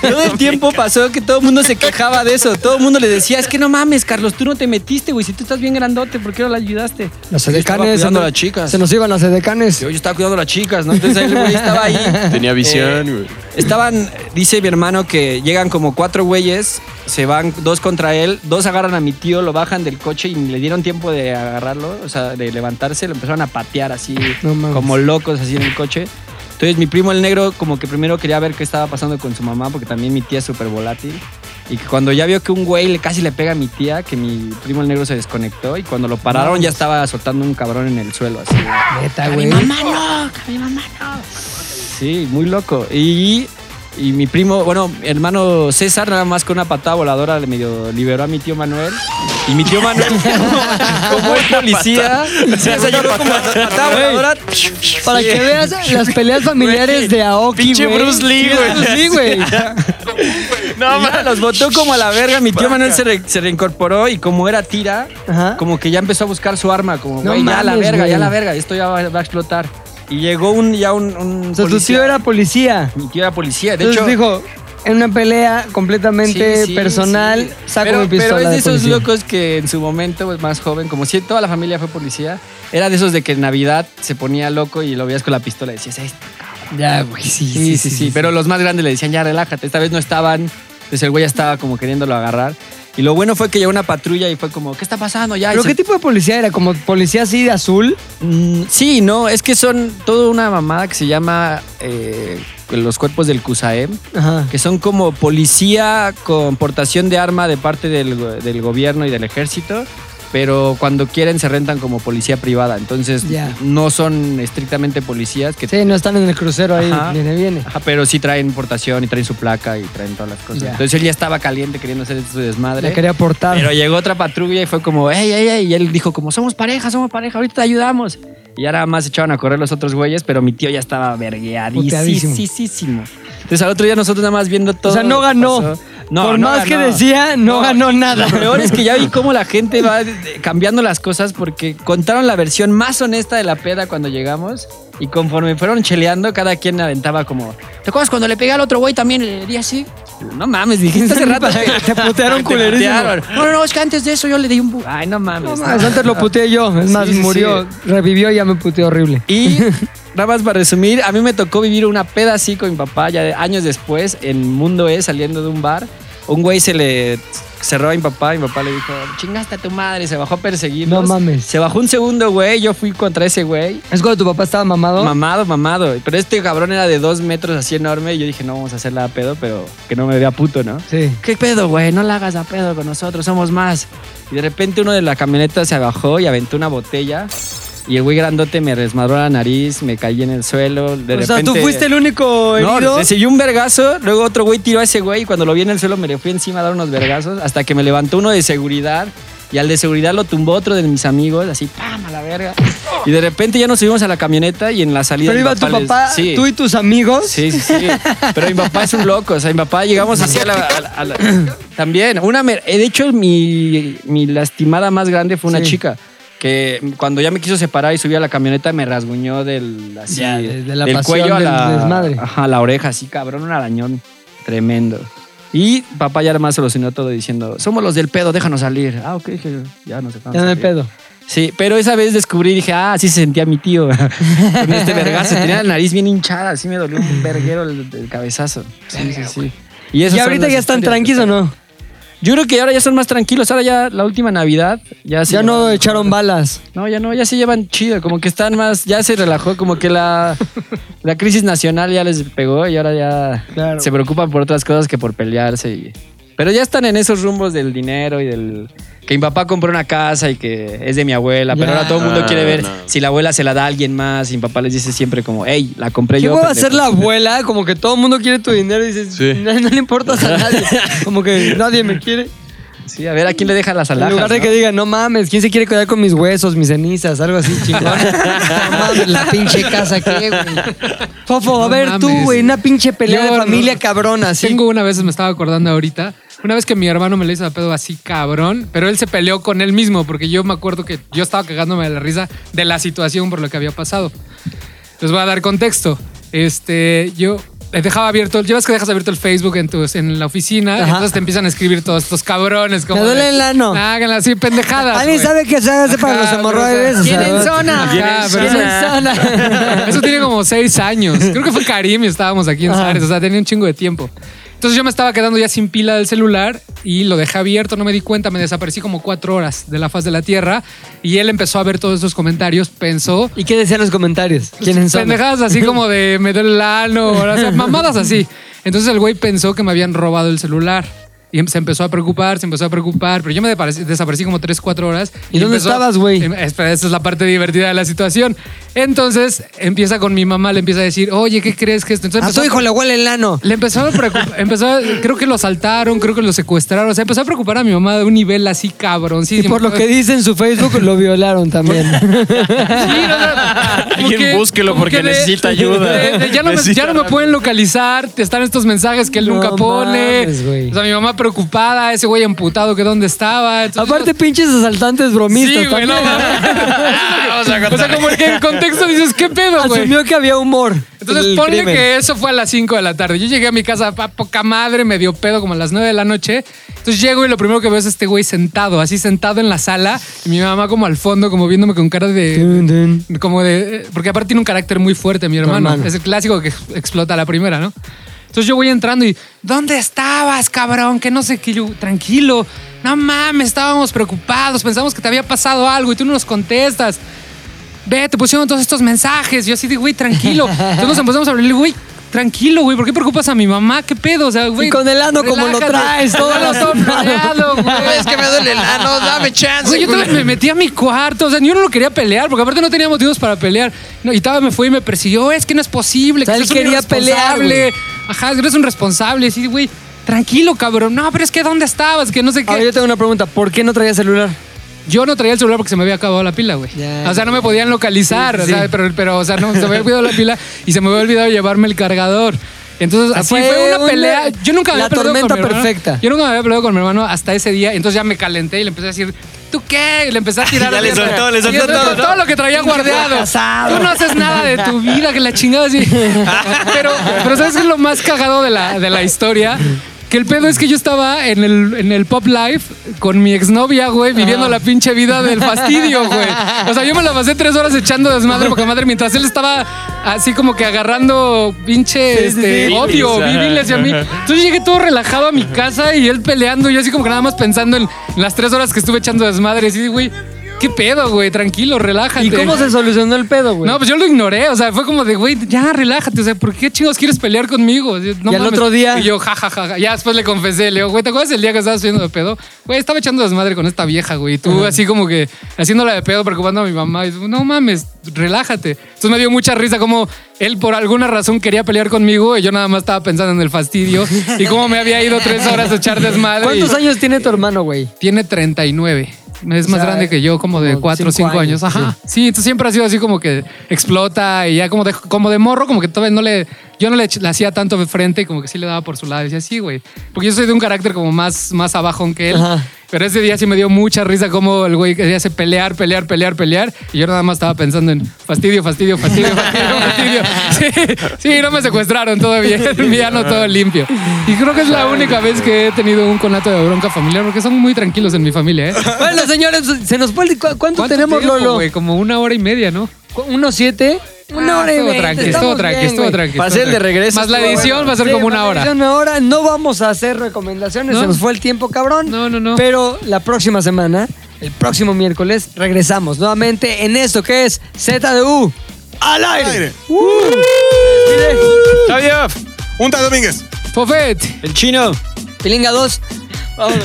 todo el tiempo pasó que todo el mundo se quejaba de eso. Todo el mundo le decía, es que no mames, Carlos, tú no te metiste, güey. Si tú estás bien grandote, ¿por qué no la ayudaste? Los Yo estaba edecanes. cuidando se a nos- las chicas. Se nos iban los edecanes. Yo, yo estaba cuidando a las chicas, ¿no? Entonces el güey estaba ahí. *laughs* Tenía visión, Eh, güey. Estaban, dice mi hermano, que llegan como cuatro güeyes, se van dos contra él, dos agarran a mi tío, lo bajan del coche y ni le dieron tiempo de agarrarlo, o sea, de levantarse, lo empezaron a patear así, *laughs* No mames. como locos así en el coche. Entonces mi primo el negro como que primero quería ver qué estaba pasando con su mamá, porque también mi tía es súper volátil. Y que cuando ya vio que un güey le casi le pega a mi tía, que mi primo el negro se desconectó y cuando lo pararon ya estaba soltando un cabrón en el suelo así. Neta, güey. Sí, muy loco. Y, y mi primo, bueno, mi hermano César, nada más con una patada voladora le medio liberó a mi tío Manuel. Y mi tío Manuel, como, como es policía, *laughs* sí, o sea, llegó como patada voladora. Para que veas las peleas familiares de Aoki, Pinche güey. Bruce Lee, Sí, güey. Bruce Lee, *laughs* güey. No, y ya los botó como a la verga. Mi tío Manuel se, re- se reincorporó y como era tira, Ajá. como que ya empezó a buscar su arma. Como, No güey, ya la mames, verga, ya güey. la verga, esto ya va, va a explotar. Y llegó un, ya un, un O sea, tu policía. tío era policía. Mi tío era policía. De Entonces hecho, dijo, en una pelea completamente Sí, sí, personal, sí. saco pero, mi pistola Pero es de de esos policía. locos que en su momento, pues, más joven, como si toda la familia fue policía, era de esos de que en Navidad se ponía loco y lo veías con la pistola y decías, "Este cabrón". Ya, güey, sí, Sí, sí, pues, sí, Pero los más grandes le decían, ya relájate. Esta vez no estaban. Entonces el güey ya estaba como queriéndolo agarrar. Y lo bueno fue que llegó una patrulla y fue como, ¿qué está pasando? Ya, y ¿Pero se- qué tipo de policía era? ¿Como policía así de azul? Mm, sí, no, es que son toda una mamada que se llama eh, los cuerpos del CUSAEM, Ajá. que son como policía con portación de arma de parte del, go- del gobierno y del ejército, pero cuando quieren se rentan como policía privada, entonces Ya. no son estrictamente policías que... Sí, no están en el crucero ahí. Ajá. Ah, Viene, viene. Ajá, pero sí traen portación y traen su placa y traen todas las cosas. Ya. Entonces él ya estaba caliente queriendo hacer su desmadre. Le quería aportar. Pero llegó otra patrulla y fue como, ¡ey, ey, ey! Y él dijo como, somos pareja, somos pareja, ahorita te ayudamos. Y ya nada más se echaban a correr los otros güeyes, pero mi tío ya estaba Puteadísimo. vergueadísimo. Entonces al otro día nosotros nada más viendo todo. o sea, no lo que ganó. pasó. No, Por no más que ganó. decía, no, No, ganó nada. Lo peor es que ya *laughs* vi cómo la gente va eh, cambiando las cosas porque contaron la versión más honesta de la peda cuando llegamos y conforme fueron cheleando, cada quien aventaba como, ¿te acuerdas cuando le pegué al otro güey también? Le di así. No mames, dijiste hace rato. que- *laughs* Te putearon *laughs* Te culerísimo. putearon. No, no, no, es que antes de eso yo le di un... bu- Ay, no mames. No, más, antes *laughs* lo puteé yo. Es Sí, más, sí, sí. murió, revivió y ya me puteé horrible. Y nada más para resumir, a mí me tocó vivir una peda así con mi papá ya de- años después en Mundo E saliendo de un bar. Un güey se le cerró a mi papá y mi papá le dijo, chingaste a tu madre, se bajó a perseguirnos. No mames. Se bajó un segundo güey, yo fui contra ese güey. ¿Es cuando tu papá estaba mamado? Mamado, mamado. Pero este cabrón era de dos metros así enorme y yo dije, no vamos a hacerla a pedo, pero que no me vea puto, ¿no? Sí. ¿Qué pedo, güey? No la hagas a pedo con nosotros, somos más. Y de repente uno de la camioneta se abajó y aventó una botella. Y el güey grandote me resmadró la nariz, me caí en el suelo. De o sea, tú repente- fuiste el único herido. No, recibí un vergazo, luego otro güey tiró a ese güey y cuando lo vi en el suelo me le fui encima a dar unos vergazos hasta que me levantó uno de seguridad y al de seguridad lo tumbó otro de mis amigos, así, ¡pam! a la verga. Y de repente ya nos subimos a la camioneta y en la salida... Pero mi iba tu les- papá, Sí. tú y tus amigos. Sí, sí, sí. Pero mi papá es un loco. O sea, mi papá llegamos así a la. a la- a la- también. Una mer- eh, de hecho, mi, mi lastimada más grande fue una Sí. chica que cuando ya me quiso separar y subí a la camioneta me rasguñó del, así, Ya, de- de la del pasión, cuello a del la, desmadre. Ajá, a la oreja, así cabrón, un arañón tremendo. Y papá ya además solucionó todo diciendo, somos los del pedo, déjanos salir. Ah, ok, dije yo, ya nos dejamos Ya no hay salir. pedo. Sí, pero esa vez descubrí, dije, ah, así se sentía mi tío. *laughs* Con este vergazo. Tenía la nariz bien hinchada, así me dolió un verguero el, el cabezazo. Sí, sí, sí. Y, ¿Y esas son ahorita las ya están historias. tranquilos o no? Yo creo que ahora ya son más tranquilos. Ahora ya la última Navidad. Ya, se Ya no llevan- echaron balas. No, ya no, ya se llevan chido. Como que están más. Ya se relajó. Como que la, la crisis nacional ya les pegó y ahora ya Claro. se preocupan por otras cosas que por pelearse. y- pero ya están en esos rumbos del dinero y del. Que mi papá compró una casa y que es de mi abuela, pero Ya. ahora todo el mundo Ah, quiere ver no. si la abuela se la da a alguien más. Y mi papá les dice siempre como, hey, la compré ¿Qué yo. va a pendejo". hacer la abuela? Como que todo el mundo quiere tu dinero y dices, Sí. no, no le importas a *laughs* nadie. Como que nadie me quiere. Sí, a ver, ¿a quién le deja las alhajas? en lugar de no? que diga, no mames, ¿quién se quiere quedar con mis huesos, mis cenizas? Algo así, *laughs* chingón. no mames, la pinche casa que, güey. Fofo, a No ver tú, mames. güey, una pinche pelea Yo de no- familia cabrona, así. Tengo una vez, me estaba acordando ahorita, una vez que mi hermano me le hizo a pedo así cabrón, pero él se peleó con él mismo porque yo me acuerdo que yo estaba cagándome de la risa de la situación por lo que había pasado. Les voy a dar contexto. Este, yo les dejaba abierto, llevas que dejas abierto el Facebook en, tus, en la oficina, Ajá. entonces te empiezan a escribir todos estos cabrones. Como Me duele de, el ano. Háganla así, pendejadas. ¿Alguien güey". sabe que se hace para Ajá, los pero, hemorroides? o sea, ¿quién en zona? Ajá, *laughs* pero- *laughs* Eso tiene como seis años. Creo que fue Karim y estábamos aquí en Ajá. Zares. O sea, tenía un chingo de tiempo. Entonces yo me estaba quedando ya sin pila del celular y lo dejé abierto, no me di cuenta, me desaparecí como cuatro horas de la faz de la Tierra y él empezó a ver todos esos comentarios, pensó... ¿Y qué decían los comentarios? ¿Quién en zona? Pues Pendejadas así como de me duele el ano, *laughs* o sea, mamadas así. Entonces el güey pensó que me habían robado el celular. Y em- se empezó a preocupar, se empezó a preocupar, pero yo me desaparecí, desaparecí como 3, 4 horas. ¿Y dónde estabas, güey? Em, Espera, esa es la parte divertida de la situación. Entonces empieza con mi mamá, le empieza a decir, oye, ¿qué crees que esto? Entonces A tu empezó- hijo le huele el ano. le empezó a preocupar, *laughs* empezó a- creo que lo asaltaron, creo que lo secuestraron. O sea, empezó a preocupar a mi mamá de un nivel así Y cabroncísimo. por lo que dice en su Facebook, lo violaron también. Sí, no, no, como *laughs* Alguien búsquelo como porque que necesita ayuda. de- de- ya, no me, Necesita ya no me rápido. pueden localizar, te están estos mensajes que él No nunca pone. mames, güey. o sea, mi mamá preocupada, ese güey amputado que dónde estaba. Entonces, Aparte, pinches asaltantes bromistas. sí, güey, no, también. *laughs* mames. O sea, como que en contexto dices, ¿qué pedo, güey? Asumió que había humor. Entonces, Ah, El ponle crimen. que eso fue a las 5 de la tarde. Yo llegué a mi casa a poca madre, me dio pedo como a las 9 de la noche. Entonces llego y lo primero que veo es este güey sentado, así sentado en la sala. Y mi mamá como al fondo, como viéndome con cara de... Dun, dun. Como de... eh, Porque aparte tiene un carácter muy fuerte, mi hermano. hermano. Es el clásico que explota a la primera, ¿no? Entonces yo voy entrando y... ¿Dónde estabas, cabrón? Que no sé qué. Yo, tranquilo. no mames, estábamos preocupados, pensamos que te había pasado algo y tú no nos contestas. Ve, te pusieron todos estos mensajes. Yo así de, *laughs* güey, tranquilo. Entonces nos empezamos a hablar, güey, tranquilo, güey, ¿por qué preocupas a mi mamá? ¿Qué pedo? O sea, güey. Y con el ano como lo relájate. traes, *laughs* todo El ano *laughs* todo lastimado. plateado, güey. Es que me duele el ano, dame chance. Güey, yo todavía me metí a mi cuarto, o sea, yo no lo quería pelear, porque aparte no tenía motivos para pelear. No, y todavía me fue y me persiguió, es que no es posible, O sea, que él seas un quería irresponsable. pelear, Ajá, eres un responsable, sí, güey. Tranquilo, cabrón. No, pero es que ¿dónde estabas? Que no sé qué. Ahora yo tengo una pregunta, ¿por qué no traía celular? Yo no traía el celular porque se me había acabado la pila, güey. Ya. O sea, no me podían localizar, Sí, o sea, sí. pero, pero, o sea, no, se me había olvidado la pila y se me había olvidado llevarme el cargador. Entonces, así Ah, fue fue, una, una- pelea. Yo nunca me la había peleado tormenta con mi hermano. perfecta. Yo nunca me había peleado con mi hermano hasta ese día. Entonces ya me calenté y le empecé a decir, ¿tú qué? Y le empecé a *laughs* tirar. Ya a le mierda. soltó, le Y soltó todo, ¿no? todo lo *laughs* que traía guardado. Tú no haces nada de tu vida, que la chingada así. Pero, pero ¿sabes qué es lo más cagado de la, de la historia? Que el pedo es que yo estaba en el, en el Pop Life con mi exnovia, güey, Ah. viviendo la pinche vida del fastidio, güey. O sea, yo me la pasé tres horas echando desmadre porque madre, mientras él estaba así como que agarrando pinche este, odio, Viriles, ajá. viriles y a mí. Entonces llegué todo relajado a mi casa y él peleando, y yo así como que nada más pensando en las tres horas que estuve echando desmadre. Y así, güey, qué pedo, güey, tranquilo, relájate. ¿Y cómo se solucionó el pedo, güey? Este- No, pues yo lo ignoré, o sea, fue como de, güey, ya relájate, o sea, ¿por qué chingos quieres pelear conmigo? O sea, No Y al mames. otro día- Y yo, ja, ja, ja, ja. Ya después le confesé, le digo, güey, ¿te acuerdas el día que estabas haciendo de pedo? Güey, estaba echando desmadre con esta vieja, güey, y tú así como que haciéndola de pedo, preocupando a mi mamá. Y tú, no mames, relájate. Entonces me dio mucha risa como él por alguna razón quería pelear conmigo y yo nada más estaba pensando en el fastidio y cómo me había ido tres horas a echar desmadre. ¿Cuántos y- años tiene tu hermano, güey? tiene 39. Es más sea, grande que yo, como de como 4 o cinco 5 años. años, Ajá. Sí. entonces siempre ha sido así como que explota y ya como de, como de morro, como que todavía no le. Yo no le, ch- le hacía tanto de frente y como que sí le daba por su lado. Y decía, sí, güey. Porque yo soy de un carácter como más, más abajo que él. Ajá. Pero ese día sí me dio mucha risa como el güey quería hacer pelear, pelear, pelear, pelear. Y yo nada más estaba pensando en fastidio, fastidio, fastidio, *laughs* fastidio, fastidio. Sí, sí, no me secuestraron, todo bien. Mi ano todo limpio. Y creo que es la única vez que he tenido un conato de bronca familiar porque son muy tranquilos en mi familia, ¿eh? Bueno, señores, se nos fue el... ¿cu- ¿Cuánto, ¿Cuánto tenemos, tiempo, Lolo? güey? Como una hora y media, ¿no? ¿Cu- ¿Uno siete? Una Ah, hora y estuvo veinte. tranqui, estamos estuvo tranqui, bien, estuvo güey. tranqui. Para estuvo ser de tranqui. regreso, Más la estuvo edición va a ser Sí, como más una la hora. edición, Una hora. No vamos a hacer recomendaciones. No. Se nos fue el tiempo, cabrón. No, no, no. Pero la próxima semana, el próximo miércoles, regresamos nuevamente en esto que es ZDU. ¡Al aire! Xavier, Junta Domínguez. Fofet. el chino. Pilinga 2. Vámonos.